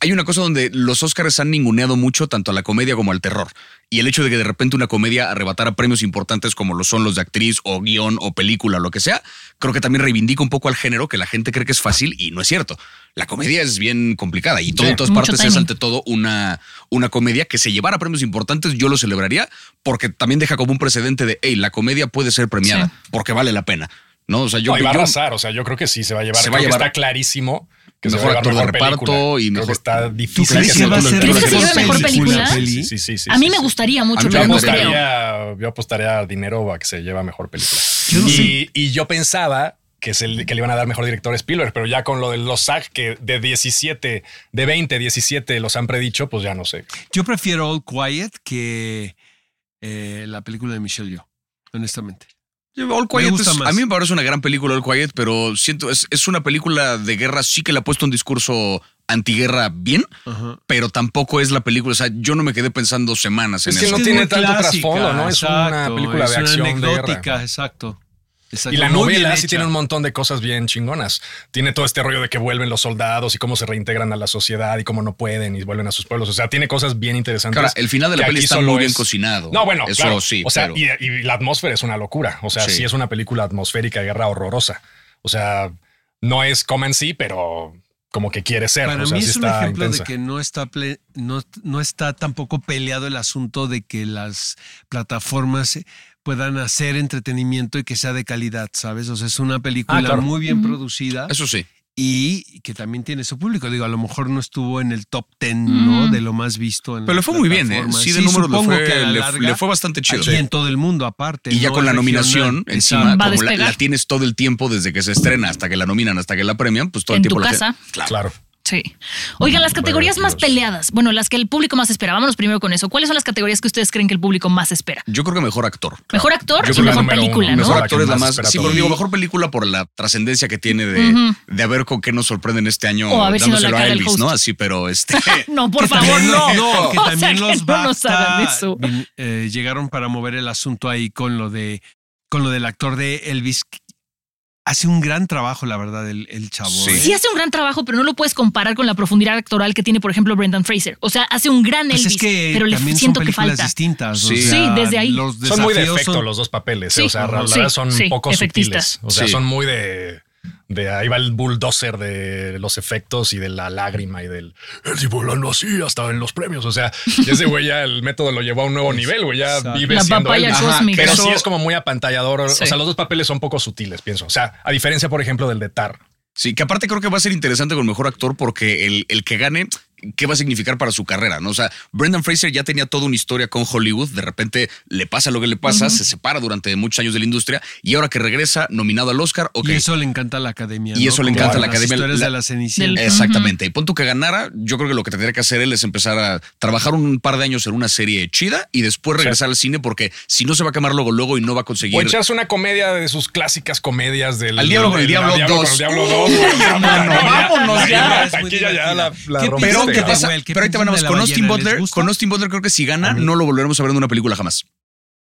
S1: hay una cosa donde los Oscars han ninguneado mucho tanto a la comedia como al terror. Y el hecho de que de repente una comedia arrebatara premios importantes como lo son los de actriz o guión o película, lo que sea, creo que también reivindica un poco al género que la gente cree que es fácil y no es cierto. La comedia es bien complicada y todo en todas
S4: Mucho
S1: partes es
S4: timing.
S1: ante todo una, una comedia que se llevara premios importantes, yo lo celebraría porque también deja como un precedente de, hey, la comedia puede ser premiada
S4: Sí.
S1: porque vale la pena. No, o sea, yo,
S2: No, y va a
S1: yo-
S2: arrasar, o sea, yo creo que sí se va a llevar.
S1: Se
S2: Creo
S1: va a
S2: que
S1: llevar
S2: está clarísimo que se va a
S1: mejor
S2: llevar
S1: actor de
S2: mejor
S1: reparto
S2: película. Creo
S1: y
S2: que
S1: mejor-
S2: está difícil.
S1: crees
S2: que
S1: que
S2: se
S1: va a
S2: lleve
S1: ser
S2: mejor
S1: ¿Crees que se
S2: película.
S1: lleve mejor
S4: película?
S2: Sí, sí, sí, sí,
S4: a mí
S2: sí,
S4: me
S2: sí.
S4: gustaría
S1: A mí
S4: mucho,
S2: Yo
S4: pero no
S1: también me
S4: creo.
S2: apostaría, yo apostaría dinero a que se lleva mejor película.
S3: Yo no
S2: y,
S3: sé.
S2: y yo pensaba que, es el, que le iban a dar mejor director a Spielberg, pero ya con lo de los SAG, que de 17, de 20, 17 los han predicho, pues ya no sé.
S3: Yo prefiero All Quiet que eh, la película de Michelle Yeoh, honestamente.
S1: All Quiet
S3: gusta
S1: es-
S3: más.
S1: a mí me parece una gran película All Quiet, pero siento es, es una película de guerra, sí que le ha puesto un discurso antiguerra bien,
S3: Ajá.
S1: pero tampoco es la película, o sea, yo no me quedé pensando semanas en
S2: Es que
S1: eso.
S2: no
S3: es
S2: tiene
S3: muy
S2: tanto trasfondo, ¿no? Es una película de
S3: es una
S2: acción de guerra.
S3: anecdótica, exacto. Exacto,
S2: Y la
S3: muy bien
S2: novela sí
S3: hecha.
S2: tiene un montón de cosas bien chingonas. Tiene todo este rollo de que vuelven los soldados y cómo se reintegran a la sociedad y cómo no pueden y vuelven a sus pueblos. O sea, tiene cosas bien interesantes.
S1: Claro, el final de la
S2: que
S1: peli
S2: aquí
S1: está
S2: solo
S1: muy bien
S2: es-
S1: cocinado.
S2: No, bueno,
S1: Eso
S2: claro.
S1: sí,
S2: O sea,
S1: pero-
S2: y, y la atmósfera es una locura. O sea,
S1: Sí.
S2: sí. es una película atmosférica de guerra horrorosa. O sea, no es como en sí, pero como que quiere ser.
S3: Para
S2: o sea,
S3: mí
S2: sí
S3: es un
S2: está
S3: ejemplo
S2: intensa.
S3: de que no está, ple- no, no está tampoco peleado el asunto de que las plataformas eh, puedan hacer entretenimiento y que sea de calidad, ¿sabes? O sea, es una película
S2: claro.
S3: muy bien producida
S1: Ah, Eso sí.
S3: y que también tiene su público. Digo, a lo mejor no estuvo en el top 10, ¿no?
S4: Mm.
S3: De lo más visto en
S1: Pero le
S3: las
S1: fue muy bien, ¿eh?
S3: plataformas.
S1: Sí, de números le
S3: supongo
S1: fue-
S3: que a la
S1: le-
S3: larga,
S1: le fue bastante chido.
S3: aquí
S1: Sí.
S3: en todo el mundo, aparte.
S1: Y ya
S3: no
S1: con la
S3: es
S1: nominación
S3: regional.
S1: encima,
S4: Va a
S1: como la,
S4: despegar.
S1: la tienes todo el tiempo desde que se estrena hasta que la nominan, hasta que la premian, pues todo
S4: En
S1: el tiempo
S4: tu
S1: la
S4: casa.
S1: gente- Claro.
S2: Claro.
S4: Sí. Oigan, las categorías más peleadas. Bueno, las que el público más espera. Vámonos primero con eso. ¿Cuáles son las categorías que ustedes creen que el público más espera?
S1: Yo creo que mejor actor.
S4: Mejor actor
S2: Yo creo
S4: y
S2: que
S4: mejor
S2: número uno,
S4: película, Ah, ¿no?
S1: Mejor
S2: La que
S1: actor es la
S2: más
S1: más.
S2: espera
S1: Sí,
S2: todo.
S1: pero digo, mejor película por la trascendencia que tiene de, de a ver con qué nos sorprenden este año
S4: O haber sido la
S1: dándoselo a
S4: cara del
S1: Elvis,
S4: host.
S1: ¿no? Así, pero este.
S4: No, por
S3: Que
S4: favor,
S3: también-
S4: no.
S3: no, que
S4: O sea,
S3: también
S4: que
S3: los
S4: no nos
S3: BAFTA,
S4: hagan eso.
S3: vin- eh, llegaron para mover el asunto ahí con lo de con lo del actor de Elvis. Hace un gran trabajo, la verdad, el, el chavo.
S1: Sí.
S3: ¿eh?
S4: Sí hace un gran trabajo, pero no lo puedes comparar con la profundidad actoral que tiene, por ejemplo, Brendan Fraser. O sea, hace un gran
S3: Pues
S4: Elvis,
S3: es que
S4: pero le
S3: también
S4: siento
S3: son
S4: que
S3: películas
S4: falta.
S3: distintas. o
S1: Sí.
S3: sea,
S4: Sí, desde ahí.
S3: Los
S2: Son muy de
S3: desafíos
S2: efecto
S3: son-
S2: los dos papeles.
S4: Sí.
S2: ¿eh? O sea, la
S4: Ajá.
S2: verdad
S4: Sí,
S2: son
S4: sí,
S2: poco
S4: efectistas.
S2: sutiles. O sea,
S1: Sí.
S2: son muy de, de ahí va el bulldozer de los efectos y de la lágrima y del el tipo lo ando así hasta en los premios. O sea, y ese güey ya el método lo llevó a un nuevo nivel, güey. Ya
S3: Exacto.
S2: vive
S4: La
S2: siendo
S4: papaya
S2: Elvis.
S4: cósmica.
S2: Pero
S4: Eso-
S2: sí es como muy apantallador.
S4: Sí.
S2: O sea, los dos papeles son poco sutiles, pienso. O sea, a diferencia, por ejemplo, del de Tar.
S1: Sí, que aparte creo que va a ser interesante con mejor actor porque el, el que gane, ¿qué va a significar para su carrera? ¿no? O sea, Brendan Fraser ya tenía toda una historia con Hollywood, de repente le pasa lo que le pasa, se separa durante muchos años de la industria y ahora que regresa nominado al Oscar, ok.
S3: Y eso le encanta a la academia.
S1: Y
S3: ¿no?
S1: eso le
S3: Como
S1: encanta a la
S3: las
S1: academia.
S3: historias
S1: La-
S3: de la Cenicienta.
S4: del-
S1: Exactamente. Y pon tú que ganara, yo creo que lo que tendría que hacer él es empezar a trabajar un par de años en una serie chida y después regresar al cine porque si no se va a quemar luego luego y no va a
S2: O
S1: conseguir.
S2: echarse una comedia de sus clásicas comedias del.
S1: Al diablo con el
S2: del-
S1: diablo
S2: al con el
S1: 2.
S2: diablo 2. güey.
S1: hermano,
S2: No,
S1: vámonos
S2: aquí
S1: ya.
S2: la taquilla ya la- la
S3: ¿Qué
S2: rompiste,
S1: Pero,
S3: Piensan
S1: ¿qué
S3: de
S1: pasa?
S3: Nahuel, ¿qué
S1: Pero ahí te
S3: piensan
S1: van a
S3: de la
S1: con Austin
S3: ballena? ¿Les
S1: Butler.
S3: gusta?
S1: Con Austin Butler creo que si gana, no lo volveremos a ver en una película jamás.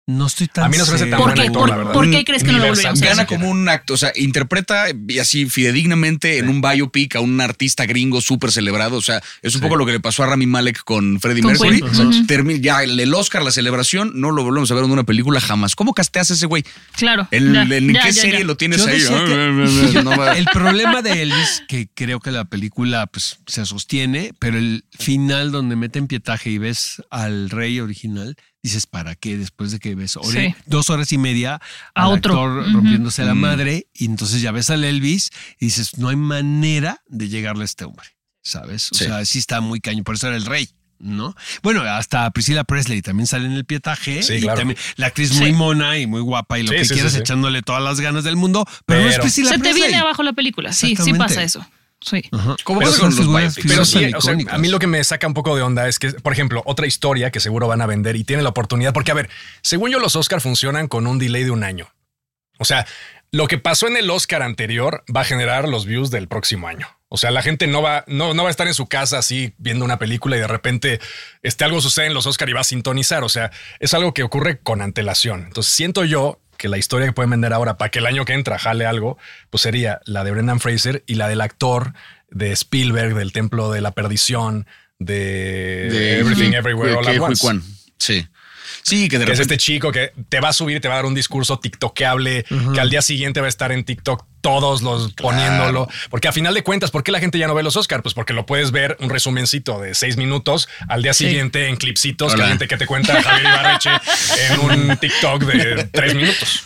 S3: No estoy tan
S2: A mí no se me hace tan
S4: ¿Por
S3: seguro.
S4: qué?
S2: buen actor,
S4: ¿Por-
S2: la verdad.
S4: por qué crees que no lo
S2: Universal.
S4: volveríamos a hacer?
S1: Gana
S2: Ni siquiera.
S1: como un acto, o sea, interpreta y así fidedignamente en un biopic a un artista gringo súper celebrado. O sea, es un poco lo que le pasó a Rami Malek con Freddie
S4: Con
S1: Mercury.
S4: Queen. Ujú.
S1: Termi- ya el, el Oscar, la celebración, no lo volvemos a ver en una película jamás. ¿Cómo casteas a ese güey?
S4: Claro.
S1: ¿En,
S4: ya,
S1: en
S4: ya,
S1: qué
S4: ya, ya.
S1: serie lo tienes
S3: Yo
S1: ahí?
S3: decía
S1: Ah, no va-
S3: El problema de Elvis, que creo que la película pues, se sostiene, pero el final donde meten pietaje y ves al rey original, dices, ¿para qué? Después de que ves ore-
S4: Sí.
S3: dos horas y media
S4: A
S3: al
S4: otro.
S3: actor
S4: Ujú.
S3: rompiéndose la
S1: Mm.
S3: madre, y entonces ya ves al Elvis y dices, no hay manera de llegarle a este hombre, ¿sabes? O
S1: Sí.
S3: sea, sí está muy caño, por eso era el rey. ¿No? Bueno, hasta Priscilla Presley también sale en el pietaje.
S2: Sí,
S3: y
S2: claro.
S3: también- la actriz muy mona y muy guapa y lo
S2: Sí,
S3: que
S2: sí,
S3: quieras,
S2: sí, sí.
S3: echándole todas las ganas del mundo, pero, no es
S2: Pero-
S3: Priscila
S4: Se te
S3: Presley.
S4: viene abajo la película. Sí, sí
S3: Exactamente.
S4: pasa eso. Sí.
S3: Ajá.
S1: ¿Cómo
S3: Pero
S1: pasa
S3: son
S1: con los
S3: figuras-
S1: biopics?
S2: Pero
S3: figuras
S2: sí,
S3: tan
S2: o sea,
S3: icónicas.
S2: a mí lo que me saca un poco de onda es que, por ejemplo, otra historia que seguro van a vender y tienen la oportunidad, porque a ver, según yo los Oscar funcionan con un delay de un año. O sea, lo que pasó en el Oscar anterior va a generar los views del próximo año. O sea, la gente no va, no, no va a estar en su casa así viendo una película y de repente este, algo sucede en los Oscar y va a sintonizar. O sea, es algo que ocurre con antelación. Entonces siento yo que la historia que pueden vender ahora para que el año que entra jale algo, pues sería la de Brendan Fraser y la del actor de Spielberg, del Templo de la Perdición, de, Everything Everywhere All at
S1: que-
S2: Once.
S1: Juan. Sí. Sí, que de
S2: Que es
S1: repente.
S2: este chico que te va a subir y te va a dar un discurso tiktokeable, que al día siguiente va a estar en TikTok todos los poniéndolo. Porque a final de cuentas, ¿por qué la gente ya no ve los Oscar? Pues porque lo puedes ver un resumencito de seis minutos al día siguiente en clipsitos que
S1: Hola.
S2: la gente que te cuenta Javier Ibarreche en un TikTok de tres minutos.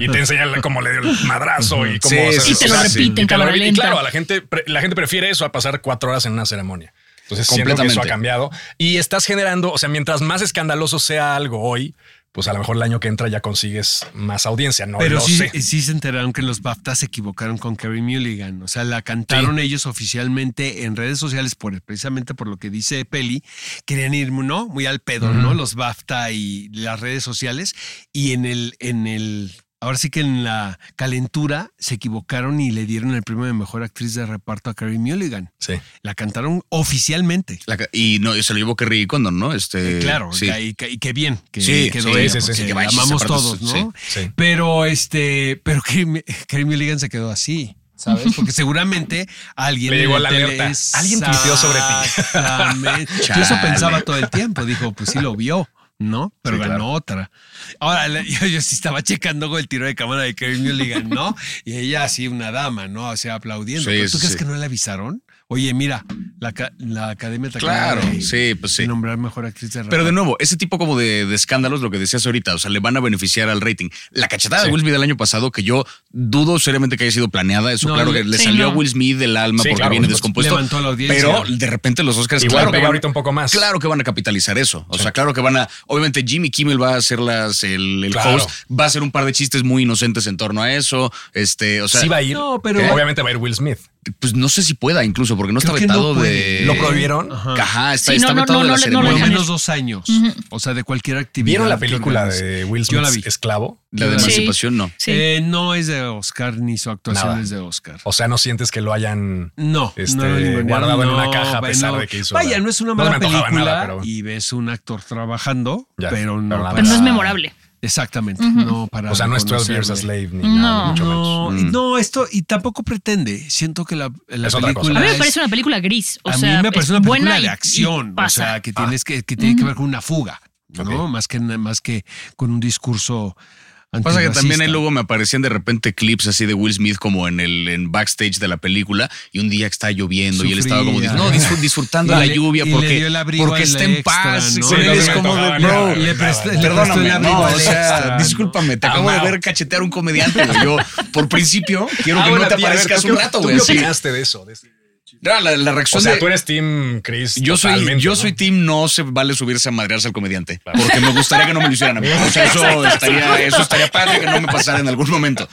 S2: Y te enseñan cómo le dio el madrazo y cómo
S1: Sí,
S2: hacer-
S1: sí,
S4: Y te lo
S1: o sea, sí.
S4: repiten,
S2: y te lo
S4: cámara
S2: repiten. Y
S4: lenta.
S2: claro, a la gente, pre- la gente prefiere eso a pasar cuatro horas en una ceremonia. Entonces siento que eso ha
S1: Completamente.
S2: cambiado. Y estás generando, o sea, mientras más escandaloso sea algo hoy, pues a lo mejor el año que entra ya consigues más audiencia. No
S3: Pero
S2: lo
S3: sí,
S2: sé.
S3: sí se enteraron que los BAFTA se equivocaron con Kerry Mulligan. O sea, la cantaron ellos oficialmente en redes sociales por precisamente por lo que dice Peli. Querían ir, ¿no? Muy al pedo, ¿no? Los BAFTA y las redes sociales. Y en el, en el Ahora sí que en la calentura se equivocaron y le dieron el premio de mejor actriz de reparto a Carrie Mulligan.
S2: Sí.
S3: La cantaron oficialmente.
S1: La ca- y no, se lo llevó Kerry Condon, ¿no? Este,
S3: Claro,
S1: sí.
S3: y, que- y qué bien que
S1: Sí,
S3: quedó
S1: sí,
S3: ella,
S2: sí, sí,
S3: porque
S2: sí,
S1: que
S3: la
S1: vaya,
S3: amamos
S1: aparte,
S3: todos,
S1: sí,
S3: ¿no?
S2: sí.
S3: Pero este, pero Carrie Carrie Mulligan se quedó así, ¿sabes? Porque seguramente alguien
S2: Le
S3: en
S2: llegó
S3: el
S2: la
S3: tele-
S2: alerta. Alguien tuiteó sobre ti.
S3: Exactamente. Yo eso
S1: Chale.
S3: pensaba todo el tiempo, dijo, pues sí lo vio. No, pero
S2: Sí,
S3: ganó
S2: claro.
S3: otra. Ahora, la- yo, yo sí estaba checando con el tiro de cámara de Carrie Mulligan, ¿no? Y ella así, una dama, ¿no? O sea, aplaudiendo.
S1: Sí,
S3: ¿Pero ¿Tú
S1: sí,
S3: crees
S1: sí.
S3: que no le avisaron? Oye, mira, la, ca- la academia te acaba
S1: Claro,
S3: de-
S1: sí, pues sí.
S3: de nombrar mejor actriz de
S1: Pero
S3: reparto.
S1: de nuevo, ese tipo como de, de escándalos, lo que decías ahorita, o sea, le van a beneficiar al rating. La cachetada
S2: Sí.
S1: de Will Smith del año pasado, que yo dudo seriamente que haya sido planeada, eso
S3: No,
S1: claro
S3: le-
S1: que le
S4: sí,
S1: salió
S4: no.
S1: a Will Smith del alma
S2: Sí,
S1: porque
S2: claro,
S1: viene
S2: pues,
S1: descompuesto.
S3: levantó la audiencia.
S1: Pero de repente los Oscars,
S2: Igual
S1: claro que
S2: pega
S1: van-
S2: ahorita un poco más.
S1: Claro que van a capitalizar eso. O sea, claro que van a. Obviamente, Jimmy Kimmel va a hacer las, el, el
S2: Claro.
S1: host, va a hacer un par de chistes muy inocentes en torno a eso. Este, o sea,
S2: sí va a ir.
S3: no, pero-
S2: ¿Qué? Obviamente va a ir Will Smith.
S1: pues no sé si pueda, incluso, porque no
S3: Creo
S1: está
S3: que no
S1: vetado de.
S3: puede.
S2: ¿Lo prohibieron?
S1: Eh, Ajá, está,
S4: Sí, no,
S1: está
S4: no,
S1: vetado
S4: no,
S1: de la
S4: no le- no
S3: por
S4: le
S3: lo
S1: ceremonia.
S4: dejan
S3: menos dos años. O sea, de cualquier actividad.
S2: ¿Vieron la
S3: que
S2: película
S3: organice.
S2: de Will Smith?
S3: Yo la vi.
S2: Esclavo.
S1: La de
S4: Sí.
S1: emancipación, no.
S4: Sí.
S3: Eh, no es de Oscar, ni su actuación
S2: Nada.
S3: es de Oscar.
S2: O sea, no sientes que lo hayan
S3: No,
S2: este,
S3: no lo ningunearon,
S2: guardado en una
S3: no,
S2: caja a
S3: vaya,
S2: pesar
S3: no.
S2: de que hizo.
S3: Vaya,
S2: la-
S3: no es una
S2: me
S3: mala
S2: antojaba
S3: película
S2: nada, pero-
S3: y ves un actor trabajando,
S2: Ya,
S3: pero no
S2: pero nada
S3: para-
S4: Pero no es memorable.
S3: Exactamente, no para
S2: o sea, no es 12 Years a
S3: reconocerle.
S2: Slave ni nada,
S4: No.
S2: mucho menos.
S3: No, no, esto y tampoco pretende. Siento que la, la
S2: Es otra cosa.
S3: película
S4: A mí me
S3: es-
S4: parece una película gris. O
S3: a
S4: sea,
S3: mí me parece
S4: es
S3: una
S4: buena
S3: película
S4: y-
S3: de
S4: y
S3: acción, o
S4: pasa.
S3: sea, que tienes que, que tiene que ver con una fuga, ¿no?
S2: Ok.
S3: Más que más que con un discurso
S1: Pasa que también ahí
S3: el
S1: luego me aparecían de repente clips así de Will Smith como en el en backstage de la película y un día que está lloviendo y él estaba como
S3: Sufría.
S1: dis- no, disfr- disfrutando
S3: Y
S1: de la
S3: le-
S1: lluvia
S3: y le
S1: porque,
S3: dio el abrigo
S1: porque
S3: al
S1: está en
S3: extra,
S1: paz.
S3: ¿no?
S1: con él
S2: Sí,
S1: es
S2: no se
S1: como de,
S2: antojaba ni
S1: bro,
S2: nada.
S3: le
S2: Le
S3: prestó,
S2: prestó-
S3: le prestó el
S1: perdóname,
S3: abrigo
S1: no,
S3: al
S1: o sea,
S3: extra, Ah,
S1: discúlpame, te acabo de
S2: Amado.
S1: ver cachetear a un comediante, güey. Yo, por principio, quiero que
S2: Ah,
S1: no
S2: bueno,
S1: te
S2: tía, a ver,
S1: aparezcas
S2: ¿tú
S1: un
S2: qué-
S1: rato,
S2: ¿Tú
S1: güey.
S2: qué
S1: así.
S2: opinaste de eso? De ese-
S1: No, La, la reacción
S2: O sea,
S1: de-
S2: tú eres Team Chris.
S1: yo soy,
S2: totalmente,
S1: yo
S2: ¿no?
S1: soy team no se vale subirse a madrearse al comediante. Porque me gustaría que no me lo hicieran a mí. O sea, eso estaría, eso estaría padre que no me pasara en algún momento.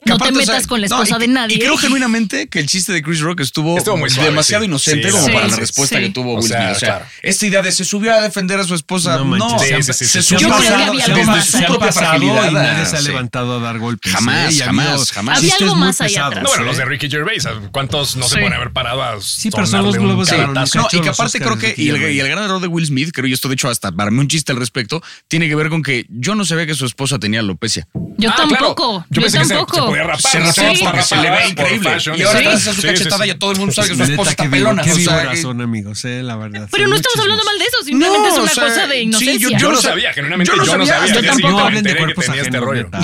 S1: Que
S4: No
S1: aparte,
S4: te
S1: o sea,
S4: metas con la
S1: no,
S4: esposa
S1: y-
S4: de nadie.
S1: Y creo genuinamente que el chiste de Chris Rock estuvo,
S2: Estuvo muy suave,
S1: demasiado
S2: sí.
S1: inocente
S2: Sí,
S1: como
S4: sí,
S1: para la
S4: sí,
S1: respuesta
S4: sí.
S1: que tuvo
S2: O
S1: Will
S2: sea,
S1: Smith. O sea,
S2: claro.
S1: esta idea de se subió a defender a su esposa.
S3: No
S1: No,
S3: manches.
S1: o sea,
S2: Sí, sí, sí,
S1: se
S2: sí.
S1: subió
S4: Yo creo que
S1: a-
S4: había
S1: desde
S4: bromas.
S1: su
S3: se han
S1: propia
S3: pasado
S1: fragilidad.
S3: y nadie se ha
S1: Sí.
S3: levantado a dar golpes.
S1: Jamás,
S3: ¿eh? Y ha
S1: jamás,
S3: habido
S1: jamás.
S4: Había
S3: chistes
S4: algo
S3: muy
S4: más allá
S3: pesados,
S4: atrás.
S2: No, bueno,
S3: ¿eh?
S2: los de Ricky Gervais, ¿cuántos no se
S4: Sí.
S2: pueden haber parado a
S3: Sí, pero son
S2: sonarle
S3: los
S2: un
S3: globos de oro,
S2: carretazo?
S3: nunca-
S1: No, y
S3: Cachorros,
S1: que aparte
S3: Oscar,
S1: creo que,
S3: Enrique
S1: y el,
S3: Gervais.
S1: y el gran error de Will Smith, creo, y esto de hecho hasta para mí un chiste al respecto, tiene que ver con que yo no sabía que su esposa tenía alopecia.
S4: Yo
S2: Ah, claro.
S4: tampoco.
S2: Yo
S4: Yo
S2: pensé que se- se
S4: tampoco.
S2: podía rapar.
S1: se
S2: ¿no?
S1: rapaba
S4: Sí.
S1: porque se le
S2: Rapada
S1: ve
S2: por
S1: increíble.
S2: fashion
S1: Y ahora
S2: design.
S1: gracias a su
S2: Sí, sí,
S1: cachetada
S2: sí.
S1: ya todo el mundo sabe que su
S3: Neta,
S1: esposa está
S3: qué vivo-
S1: pelona.
S3: qué
S1: o sea,
S3: vivo
S1: que-
S3: razón, amigos, eh, la verdad.
S4: Pero
S3: son
S4: no
S3: muy
S4: estamos hablando
S3: chismosos.
S4: mal de eso, simplemente es
S1: o
S4: una
S1: sea,
S4: cosa de
S1: sí,
S4: inocencia.
S2: Yo
S1: Yo
S2: no
S1: no sab-
S2: sabía, genuinamente.
S1: yo no
S2: Yo no
S1: sabía.
S2: sabía.
S1: Yo
S2: Yo
S4: tampoco.
S3: No
S2: tampoco me
S3: hablen de
S2: enteré que
S3: cuerpos
S2: tenía este
S3: ajenos,
S2: rollo.
S3: neta.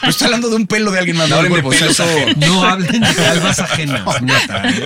S1: Pero está hablando de un pelo de alguien más del
S2: Hablen de
S1: cuerpo, o sea,
S2: pelos
S1: eso-
S3: No hablen de almas ajenas, neta. ¿eh?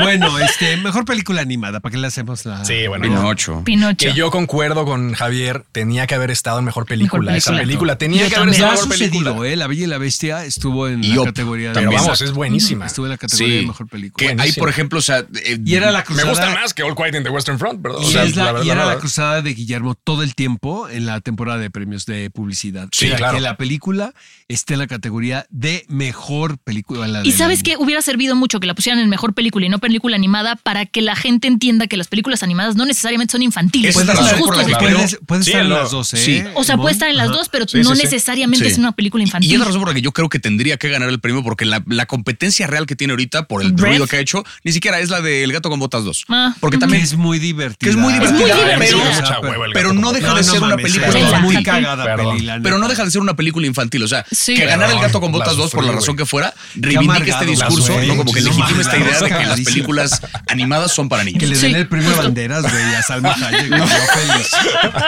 S3: Bueno, este, mejor película animada, ¿para qué le hacemos la?
S2: Sí, bueno, ya.
S1: Pinocho.
S4: Pinocho.
S2: Que yo concuerdo con Javier, tenía que haber estado en mejor película.
S4: Mejor
S2: Esa
S4: película.
S2: película tenía
S4: Yo
S2: que haber
S4: también.
S2: estado
S3: Ya
S2: en
S3: ha
S2: mejor película.
S3: sucedido, ¿eh? La Bella y la Bestia estuvo en
S1: Y
S3: la
S1: Up,
S3: categoría de
S2: Pero
S3: mejor-
S2: vamos, es buenísima.
S3: Estuvo en la categoría de
S1: Sí,
S3: mejor película.
S1: que hay,
S2: Buenísimo.
S1: por ejemplo, o sea, eh,
S3: Y era la
S2: Me
S3: cruzada.
S2: gusta más que All Quiet in the Western Front, perdón.
S3: Y,
S2: O sea,
S3: es la-
S2: verdad,
S3: y era la
S2: verdad.
S3: cruzada de Guillermo todo el tiempo en la temporada de premios de publicidad.
S2: Sí,
S3: O sea,
S2: claro.
S3: Que la película esté en la categoría de mejor película. la
S4: Y
S3: del-
S4: sabes que hubiera servido mucho que la pusieran en mejor película y no película animada para que la gente entienda que las películas animadas no necesariamente son infantiles.
S1: Esa es la
S4: Los
S1: razón por
S4: gustos
S1: la que
S4: de-
S1: creo-
S3: Puedes, puedes
S2: Sí,
S3: estar en
S2: lo-
S3: las dos, ¿eh?
S1: sí.
S4: O sea,
S3: Ivonne?
S4: puede estar en las
S3: Ajá.
S4: dos, pero
S2: Sí,
S4: no
S2: sí, sí.
S4: necesariamente
S1: Sí.
S4: es una película infantil.
S1: Y es la razón por la que yo creo que tendría que ganar el premio, porque la, la competencia real que tiene ahorita por el
S4: Red.
S1: ruido que ha hecho, ni siquiera es la de El gato con botas 2.
S4: Ah,
S1: porque
S3: Que
S1: también
S3: es muy divertida.
S1: Que es muy divertida,
S4: Es muy
S1: pero-
S4: divertida.
S3: O sea,
S2: Mucha hueva el
S1: pero
S2: gato
S1: no
S2: con
S1: deja
S3: no,
S1: de
S3: no
S1: ser una
S3: mames,
S1: película
S3: es
S1: infantil.
S3: muy
S4: Relájate.
S3: cagada
S2: Perdón.
S3: peli, la
S1: Pero no
S3: neta.
S1: deja de ser una película infantil. O sea,
S4: Sí.
S1: que ganar el
S2: Perdón,
S1: gato con botas
S2: la
S1: 2 por
S2: sufrí,
S1: la razón
S2: güey.
S1: que fuera, reivindique
S3: Qué
S1: este
S3: amargado,
S1: discurso,
S2: güey.
S1: ¿no? Como que
S2: Sí,
S1: legitima
S2: mames,
S1: esta
S2: la
S1: idea de que
S3: verdad,
S1: las
S3: sí.
S1: películas animadas son para
S3: Que le
S1: niños.
S3: den
S4: Sí,
S3: el premio
S4: justo.
S3: Banderas, güey, a Salma Hayek. yo feliz.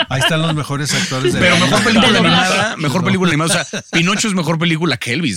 S3: Ahí están los mejores actores de
S1: Pero
S3: la
S1: mejor
S3: vida.
S1: película
S4: doblaje.
S1: animada, mejor película animada. O sea, Pinocho es mejor película que Elvis.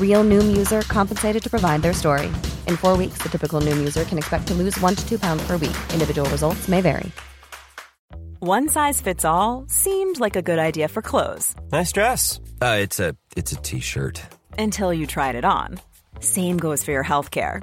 S6: Real Noom user compensated to provide their story. In four weeks, the typical Noom user can expect to lose one to two pounds per week. Individual results may vary.
S7: One size fits all seemed like a good idea for clothes
S8: Nice dress. Uh, it's a it's a t-shirt.
S7: until you tried it on. Same goes for your healthcare.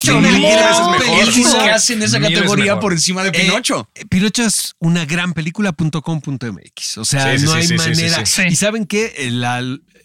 S1: Yo
S3: Mil
S1: me
S3: veces
S1: quedo
S3: mejor.
S1: películas que hacen esa
S3: Mil veces
S1: categoría
S3: mejor.
S1: por encima de
S3: Eh,
S1: Pinocho.
S3: Pinocho es una gran película.com.mx. O sea,
S1: Sí, sí,
S3: no
S1: sí,
S3: hay
S1: sí, sí,
S3: manera.
S1: sí, sí.
S3: Y saben que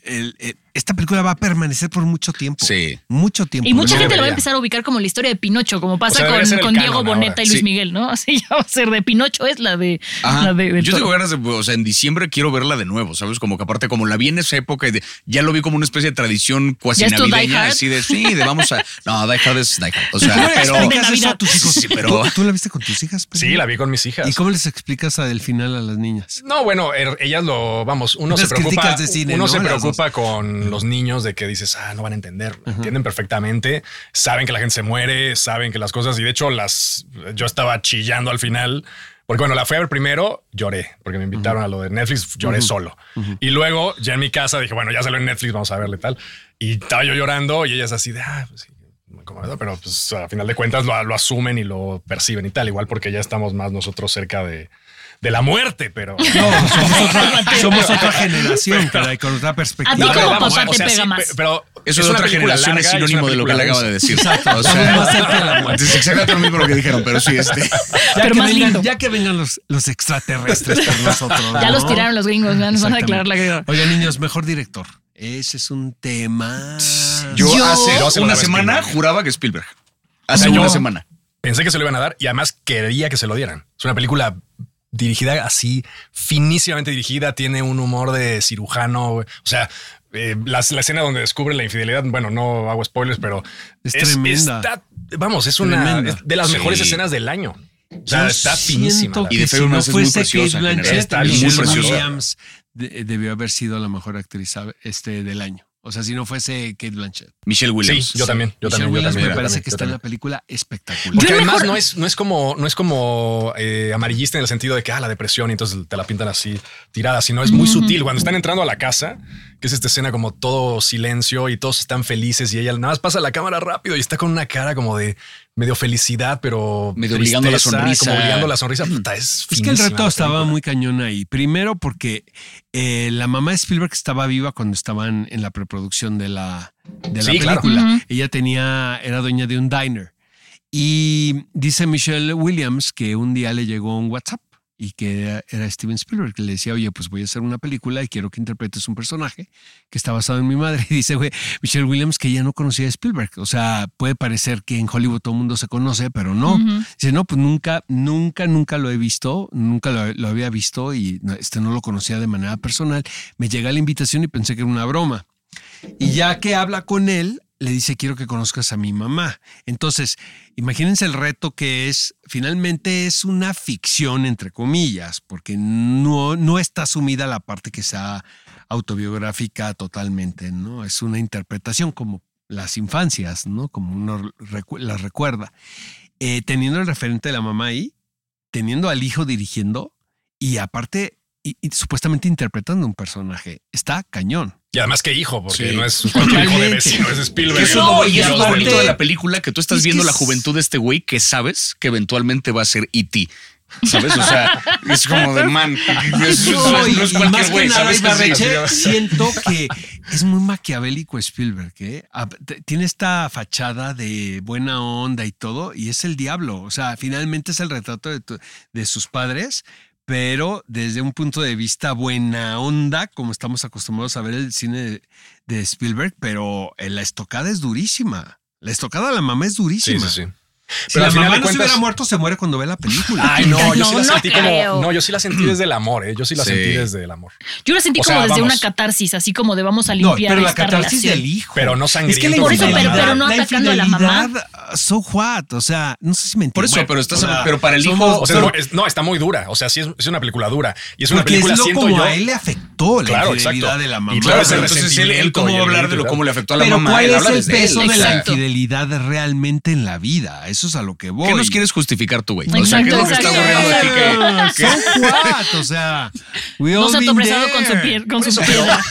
S3: eh, esta película va a permanecer por mucho tiempo. Sí. Mucho tiempo.
S4: Y mucha
S3: No
S4: gente lo va a
S3: debería.
S4: empezar a ubicar como la historia de Pinocho, como pasa
S3: O sea, debería
S4: con,
S3: ser el
S4: con Diego
S3: canon
S4: Boneta
S3: ahora,
S4: y Luis
S3: sí.
S4: Miguel, ¿no? Así ya va a ser de Pinocho, es la de.
S1: Ajá.
S4: La de del
S1: Ah, Yo tengo
S4: toro.
S1: ganas de, o sea, en diciembre quiero verla de nuevo, ¿sabes? Como que aparte, como la vi en esa época, y de- ya lo vi como una especie de tradición cuasi
S4: ¿Ya es tu Die
S1: navideña,
S4: Hard?
S1: así de, sí, de vamos a. No, Die Hard es Die Hard. O
S3: ¿Y cómo
S1: sea,
S3: le
S1: pero.
S3: explicas eso a tus hijos?
S1: Sí, pero.
S3: ¿Tú, tú la viste con tus hijas?
S2: Sí, la vi con mis hijas.
S3: ¿Y cómo les explicas al final a las niñas?
S2: No, bueno, er- ellas lo, vamos, uno
S3: Las
S2: se preocupa,
S3: críticas de cine,
S2: uno
S3: ¿no?
S2: se
S3: Las
S2: preocupa con los niños de que dices, ah, no van a entender, entienden perfectamente, saben que la gente se muere, saben que las cosas, y de hecho las, yo estaba chillando al final, porque bueno, la fui a ver primero, lloré, porque me invitaron a lo de Netflix, lloré
S8: Ujú.
S2: solo. Y luego ya en mi casa dije, bueno, ya salió en Netflix, vamos a verle tal. Y estaba yo llorando y ellas así de, ah, pues sí, me conmovió", pero pues a final de cuentas lo, lo asumen y lo perciben y tal, igual porque ya estamos más nosotros cerca de, de la muerte, pero...
S3: No, somos otra, somos otra generación, caray, con otra perspectiva.
S2: Pero
S1: Eso es,
S2: una
S1: otra
S2: película
S1: generación,
S2: larga,
S1: es
S2: una
S1: sinónimo de lo que le
S2: película
S1: acaba de
S2: densa.
S1: decir.
S3: Exacto,
S1: O
S3: estamos
S1: sea,
S3: más cerca de la muerte.
S1: Es exactamente lo mismo lo que dijeron, pero sí, este.
S3: Ya,
S4: Pero
S3: que
S4: más
S3: vengan,
S4: lindo.
S3: ya que vengan los, los extraterrestres por nosotros.
S4: Ya
S3: ¿no?
S4: los tiraron los gringos, ya nos van a declarar la guerra.
S3: Oiga, niños, mejor director. Ese es un tema.
S1: Yo, hace
S2: Yo-
S1: una semana juraba que Spielberg.
S2: O
S1: Hace
S2: sea, yo
S1: una semana.
S2: Pensé que se lo iban a dar y además quería que se lo dieran. Es una película dirigida así, finísimamente dirigida, tiene un humor de cirujano. güey. O sea, eh, la, la escena donde descubre la infidelidad, bueno, no hago spoilers, pero
S3: Es tremenda.
S2: está- vamos, es una
S3: Tremenda.
S2: es de las
S3: Sí.
S2: mejores escenas del año. O sea,
S3: Yo
S2: está
S3: siento
S2: finísima.
S3: que si no fuese Kate Blanchett,
S2: Está
S3: Michelle
S2: muy preciosa.
S3: Williams de- debió haber sido la mejor actriz ¿sabe? este, del año. O sea, si no fuese Kate Blanchett.
S1: Michelle Williams.
S2: Sí, yo también, yo
S3: Michelle
S2: también, yo
S3: Williams
S2: también,
S3: me
S2: yo
S3: parece
S2: también,
S3: que
S2: yo
S3: está en la
S2: también.
S3: película espectacular.
S2: Porque además no es, no es como, no es como eh, amarillista en el sentido de que ah, la depresión y entonces te la pintan así tirada, sino es muy
S3: Ujú.
S2: sutil. Cuando están entrando a la casa, que es esta escena como todo silencio y todos están felices y ella nada más pasa la cámara rápido y está con una cara como de medio felicidad, pero
S1: Medio obligando la sonrisa.
S2: Como obligando la sonrisa. Puta, es,
S3: Es que el
S2: finísima
S3: reto
S2: la
S3: estaba muy cañón ahí. Primero porque eh, la mamá de Spielberg estaba viva cuando estaban en la preproducción de la, de la
S2: Sí, claro.
S3: película.
S2: Ujú.
S3: Ella tenía, era dueña de un diner. Y dice Michelle Williams que un día le llegó un WhatsApp y que era, era Steven Spielberg que le decía, oye, pues voy a hacer una película y quiero que interpretes un personaje que está basado en mi madre. Y dice, güey, Michelle Williams que ya no conocía a Spielberg. O sea, puede parecer que en Hollywood todo el mundo se conoce, pero no.
S4: Ujú.
S3: Dice, no, pues nunca, nunca, nunca lo he visto, nunca lo, lo había visto y no, este no lo conocía de manera personal. Me llega la invitación y pensé que era una broma. Y ya que habla con él, le dice, quiero que conozcas a mi mamá. Entonces, imagínense el reto que es, finalmente es una ficción, entre comillas, porque no, no está asumida la parte que sea autobiográfica totalmente, ¿no? Es una interpretación como las infancias, ¿no? Como uno recu- las recuerda. Eh, teniendo el referente de la mamá ahí, teniendo al hijo dirigiendo y aparte, y- y supuestamente interpretando un personaje, está cañón.
S2: Y además, qué hijo, porque
S3: Sí.
S2: no es cualquier hijo de
S3: Totalmente.
S2: vecino, es Spielberg.
S1: Eso es lo- y eso es lo
S2: Los
S1: bonito de la
S2: abuelitos.
S1: película que tú estás
S2: Es que
S1: viendo la
S2: es-
S1: juventud de este güey que sabes que eventualmente va a ser E.T. ¿Sabes? O sea, es como de man. Es,
S3: Eso,
S1: no es-
S3: y-
S1: no es
S3: y
S1: cualquier
S3: más
S1: güey,
S3: que nada,
S1: ¿sabes? Sí, sí,
S3: Ibarreche,
S1: sí.
S3: siento que es muy maquiavélico Spielberg, ¿eh? A- te- Tiene esta fachada de buena onda y todo, y es el diablo. O sea, finalmente es el retrato de, tu- de sus padres, pero desde un punto de vista buena onda, como estamos acostumbrados a ver el cine de, de Spielberg, pero eh, la estocada es durísima. La estocada a la mamá es durísima.
S2: sí, sí.
S3: Si
S2: Pero
S3: la
S2: al final
S3: mamá
S2: de
S3: no se
S2: cuentas-
S3: hubiera muerto, se muere cuando ve la película.
S2: Ay, no, yo sí la
S4: No, no
S2: sentí como.
S4: creo.
S2: No, yo sí la sentí desde el amor, ¿eh? Yo sí la
S1: Sí.
S2: sentí desde el amor.
S4: Yo la sentí
S2: O
S4: como
S2: sea,
S4: desde
S2: vamos.
S4: una catarsis, así como de vamos a limpiar esta relación.
S2: Pero no sangriento.
S3: la
S4: Por eso, pero-
S3: infidelidad-
S4: pero no
S3: la
S4: atacando a la mamá.
S3: infidelidad, So what? O sea, no sé si me
S1: Por
S3: entiendes.
S1: eso, pero estás- pero para el hijo-
S2: O sea, no, es- no, está muy dura. O sea, sí es, es una película dura. Y es una
S3: Porque es
S2: película,
S3: lo
S2: siento
S3: como
S2: yo.
S3: a él le afectó. afectó la
S1: Claro,
S3: infidelidad
S1: exacto.
S3: de la mamá.
S1: Y claro, es el Entonces, él- él cómo va a hablar de lo- cómo le afectó a la
S3: Pero
S1: mamá,
S3: ¿cuál
S1: él
S3: es
S1: habla
S3: el
S1: desde él.
S3: peso de la
S1: Exacto.
S3: infidelidad realmente en la vida? Eso es a lo que voy.
S1: ¿Qué nos quieres justificar tú, güey? O sea, ¿qué
S3: Exacto,
S1: es lo que
S3: exacto.
S1: estás borrando aquí? que- que-
S3: Son cuatro, o sea. we
S4: No
S3: all
S4: se ha
S3: been
S4: tropezado
S3: there.
S4: con su, pier- con su
S3: pero-
S4: piedra.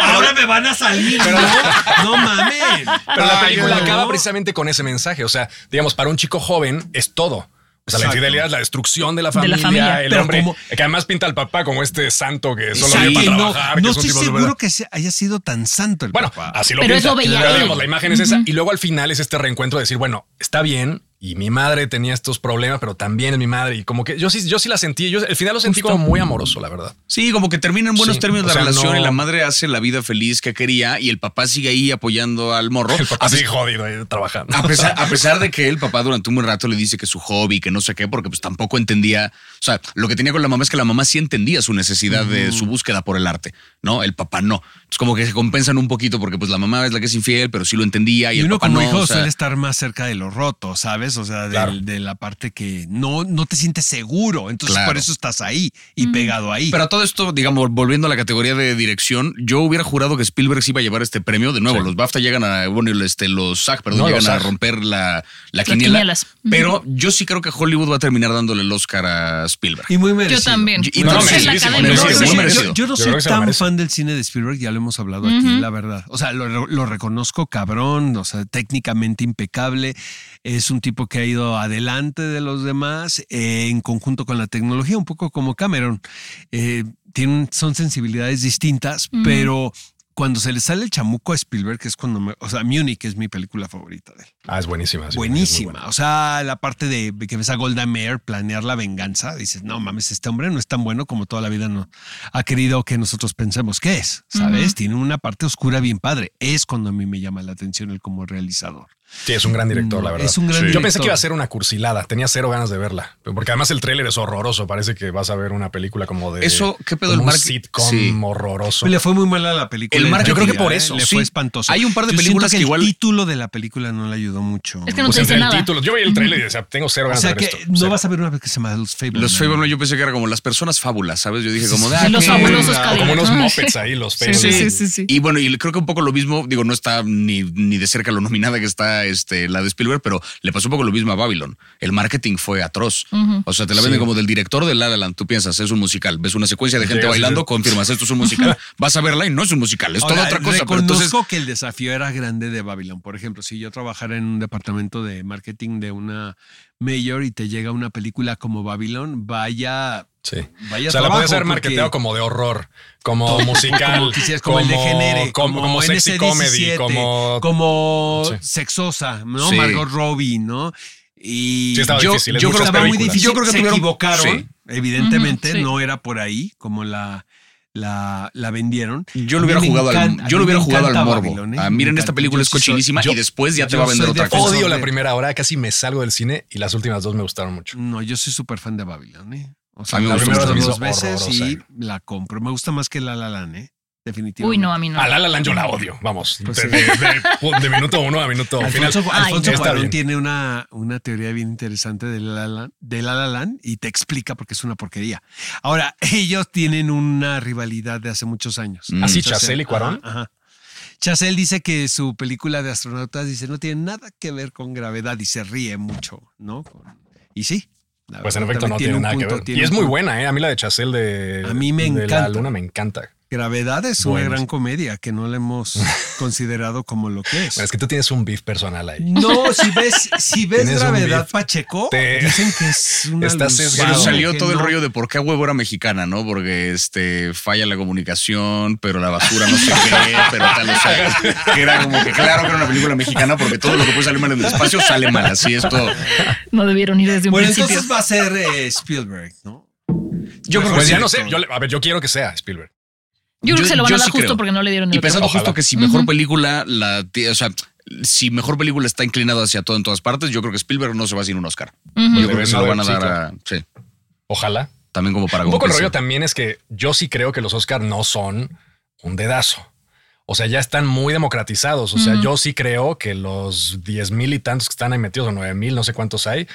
S3: Ahora me van a salir. ¿no? No mames.
S2: Pero la
S3: Ay,
S2: película
S3: no.
S2: acaba precisamente con ese mensaje. O sea, digamos, para un chico joven es todo. O sea,
S3: Exacto.
S2: la infidelidad, la destrucción de la
S3: De
S2: familia,
S3: la familia.
S2: el
S3: Pero
S2: hombre
S3: como-
S2: que además pinta al papá como este santo que solo
S3: Exacto.
S2: vive para
S3: no
S2: trabajar. que
S3: no
S2: es un
S3: estoy
S2: tipo de
S3: seguro
S2: verdad.
S3: que se haya sido tan santo el
S2: Bueno,
S3: papá.
S2: así lo pinta. Pero digamos, la imagen es esa. Y luego al final es este reencuentro de decir, bueno, está bien. Y mi madre tenía estos problemas, pero también es mi madre. Y como que yo sí, yo sí la sentí. Yo al final lo sentí como muy amoroso, la verdad.
S1: Sí, como que termina en buenos
S2: Sí,
S1: términos
S2: o
S1: la
S2: sea,
S1: relación
S2: no-
S1: y la madre hace la vida feliz que quería y el papá sigue ahí apoyando al morro.
S2: El papá
S1: A
S2: sigue
S1: pe-
S2: jodido ahí trabajando.
S1: A pesar, a pesar de que el papá durante un buen rato le dice que su hobby, que no sé qué, porque pues tampoco entendía, o sea, lo que tenía con la mamá es que la mamá sí entendía su necesidad de su búsqueda por el arte, ¿no? El papá no. Es como que se compensan un poquito porque pues la mamá es la que es infiel, pero sí lo entendía y,
S3: Y,
S1: el
S3: uno
S1: papá
S3: como
S1: no.
S3: hijo
S1: o sea,
S3: suele estar más cerca de lo roto, ¿sabes? O sea, del- de la parte que no, no te sientes seguro. Entonces,
S1: Claro.
S3: por eso estás ahí y pegado ahí.
S1: Pero a todo esto, digamos, volviendo a la categoría de dirección, yo hubiera jurado que Spielberg se iba a llevar este premio. De nuevo, los BAFTA llegan a, bueno, el- este, los SAG, perdón,
S2: No, los
S1: llegan a
S2: SAG.
S1: romper la, la quiniela.
S4: quinielas.
S1: Pero yo sí creo que Hollywood va a terminar dándole el Oscar a Spielberg.
S3: y muy merecido.
S4: Yo también.
S1: Y
S4: No,
S1: no,
S4: es la
S1: merecidísimo,
S4: academia.
S1: merecido,
S3: No,
S1: muy
S3: sí,
S1: merecido.
S3: Yo, yo
S1: Yo
S3: no
S1: creo
S3: soy
S1: que se lo
S3: tan
S1: merece.
S3: fan del cine de Spielberg, ya lo hemos hablado aquí,
S4: Ujú.
S3: la verdad. O sea, lo, lo reconozco cabrón, o sea, técnicamente impecable. Es un tipo que ha ido adelante de los demás eh, en conjunto con la tecnología, un poco como Cameron. Eh, tienen, son sensibilidades distintas,
S4: Ujú.
S3: pero cuando se le sale el chamuco a Spielberg, que es cuando me. O sea, Munich es mi película favorita de él.
S2: Ah, es buenísima. sí,
S3: Buenísima.
S2: es muy buena.
S3: O sea, la parte de que ves a Golda Meir planear la venganza, dices, no mames, este hombre no es tan bueno como toda la vida no ha querido que nosotros pensemos que es, ¿sabes?
S4: Ujú.
S3: Tiene una parte oscura bien padre. Es cuando a mí me llama la atención él como realizador.
S2: Sí, es un gran director, la
S3: Mm,
S2: verdad.
S3: es un gran
S2: Yo pensé
S3: director.
S2: que iba a ser una cursilada. Tenía cero ganas de verla. Porque además el tráiler es horroroso. Parece que vas a ver una película como de.
S1: Eso, ¿qué pedo?
S2: como
S1: El
S2: un
S1: market-
S2: sitcom
S1: sí.
S2: horroroso.
S3: Le fue muy mal a la película.
S1: El
S3: en
S1: mar- yo creo que
S3: taquilla,
S1: por
S3: ¿eh?
S1: eso,
S3: Le
S1: sí.
S3: fue espantoso.
S1: Hay un par de
S3: Yo siento
S1: películas
S3: que
S1: que igual-
S3: El título de la película no le ayudó mucho.
S4: Es que no
S2: Pues
S4: te
S2: entre
S4: dice
S2: el
S4: nada.
S2: título. Yo vi el tráiler y decía, tengo cero
S3: o
S2: ganas de
S3: sea
S2: ver
S3: que
S2: esto.
S3: no
S2: Cero.
S3: vas a ver una vez que se llama Los Fableman.
S1: Los Fableman yo pensé que era como las personas fábulas, ¿sabes? Yo dije como...
S3: sí,
S1: "Ah,
S3: sí.
S4: Los
S1: qué-
S4: fabulosos
S2: O como unos
S4: Cadillacs.
S2: mopeds ahí, los
S4: Sí,
S2: pelos.
S4: sí, sí, sí, sí.
S1: Y bueno, y creo que un poco lo mismo, digo, no está ni, ni de cerca lo nominada que está este, la de Spielberg, pero le pasó un poco lo mismo a Babylon. El marketing fue atroz. O sea, te la venden como del director de La La Land. Tú piensas, es un musical. Ves una secuencia de gente
S2: Llegas y
S1: bailando,
S2: dices-
S1: confirmas, esto es un musical. Vas a verla y no es un musical, es toda
S3: Ahora,
S1: otra cosa. Pero
S3: Reconozco
S1: entonces,
S3: que el desafío era grande de Babylon. Por ejemplo, si yo trabajara en un departamento de marketing de una mayor y te llega una película como Babylon, vaya,
S2: Sí.
S3: vaya
S2: o sea, la
S3: trabajo,
S2: podías haber
S3: porque-
S2: marketeado como de horror, como musical,
S3: como quisieras, como, el de Genere, como,
S2: sexy
S3: NC17,
S2: comedy,
S3: como,
S2: como Sí.
S3: sexosa, ¿no?
S1: Sí.
S3: Margot Robbie, ¿no? Y
S2: Sí, estaba
S3: yo,
S2: difícil, es
S3: yo
S2: muchas
S3: creo que estaba muy
S2: películas.
S3: difícil.
S1: Yo creo que
S3: se
S1: tuvieron-
S3: equivocaron,
S1: sí.
S3: evidentemente,
S4: Ujú, sí.
S3: no era por ahí como la la, la vendieron.
S1: yo
S3: A
S1: lo
S3: mí
S1: hubiera
S3: me
S1: jugado
S3: encanta-
S1: al, yo lo
S3: a mí me
S1: hubiera jugado al
S3: encanta
S1: morbo.
S3: Babylon, ¿eh?
S1: Ah,
S3: Me
S1: miren, esta
S3: encanta.
S1: película
S3: Yo
S1: es
S3: sí soy-
S1: cochinísima
S3: yo-
S1: y después ya te
S3: yo
S1: va a vender
S3: soy
S1: otra cosa.
S3: defensor
S2: Odio la
S3: de-
S2: primera hora, casi me salgo del cine y las últimas dos me gustaron mucho.
S3: No, yo soy súper fan de Babylon, ¿eh? O
S1: A mí me
S3: la
S1: gustó
S3: he
S1: mucho.
S3: visto dos
S2: Me hizo
S3: veces y
S2: horrorosa.
S3: la compro. Me gusta más que La La Land, ¿eh? Definitivamente.
S4: Uy, no, a mí no.
S2: A La La Land yo la odio, vamos.
S3: Pues
S2: de,
S3: sí.
S2: de- de- de minuto uno a minuto final.
S3: Alfonso, Alfonso
S2: Está
S3: Cuarón
S2: bien.
S3: tiene una, una teoría bien interesante de la, la, de La La Land y te explica por qué es una porquería. Ahora, ellos tienen una rivalidad de hace muchos años.
S1: Mm. ¿Ah, sí,
S2: Chazelle y Cuarón?
S3: Ajá, ajá. Chazelle dice que su película de astronautas dice no tiene nada que ver con gravedad y se ríe mucho, ¿no? Con- Y sí. la
S2: Pues en
S3: verdad,
S2: efecto no
S3: también
S2: tiene,
S3: un
S2: nada
S3: punto,
S2: que ver.
S3: tiene
S2: Y es
S3: un
S2: muy
S3: punto.
S2: buena, ¿eh? A mí la de Chazelle de,
S3: A mí me
S2: de
S3: encanta.
S2: La Luna me encanta.
S3: Gravedad es
S2: Bueno,
S3: una gran
S2: sí.
S3: comedia que no la hemos considerado como lo que es.
S2: Bueno, es que tú tienes un beef personal ahí.
S3: No, si ves, si ves
S2: Tienes un
S3: gravedad
S2: beef.
S3: Pacheco,
S2: Te-
S3: dicen que es una
S2: Estás
S3: luz-
S2: sesgado.
S1: Pero
S2: Claro,
S1: Pues salió
S3: que
S1: todo el
S3: no.
S1: rollo de por qué a huevo era mexicana, ¿no? Porque este falla la comunicación, pero la basura no sé qué, pero tal, o sea, que era como que claro que era una película mexicana porque todo lo que puede salir mal en el espacio sale mal, así es todo.
S4: No debieron ir desde un
S3: Bueno,
S4: principio.
S3: entonces va a ser eh, Spielberg, ¿no?
S1: Yo creo
S2: Pues
S1: que
S2: ya
S1: sí.
S2: no sé. Yo, le- a ver, yo quiero que sea Spielberg.
S4: yo, creo que se lo van a
S1: yo
S4: dar
S1: sí
S4: justo
S1: creo.
S4: porque no le dieron el
S1: Y
S4: otro.
S1: pensando
S2: Ojalá.
S1: justo que si mejor película la, ti- o sea, si mejor película está inclinada hacia todo en todas partes, yo creo que Spielberg no se va sin un Oscar.
S4: Ujú.
S1: Yo creo que se lo van a
S2: Sí,
S1: dar a,
S2: claro.
S1: sí,
S2: Ojalá.
S1: también como para
S2: Un poco el rollo
S1: compensa.
S2: también es que yo sí creo que los Oscars no son un dedazo. O sea, ya están muy democratizados. O sea, yo sí creo que los 10 mil y tantos que están ahí metidos, o 9 mil, no sé cuántos hay,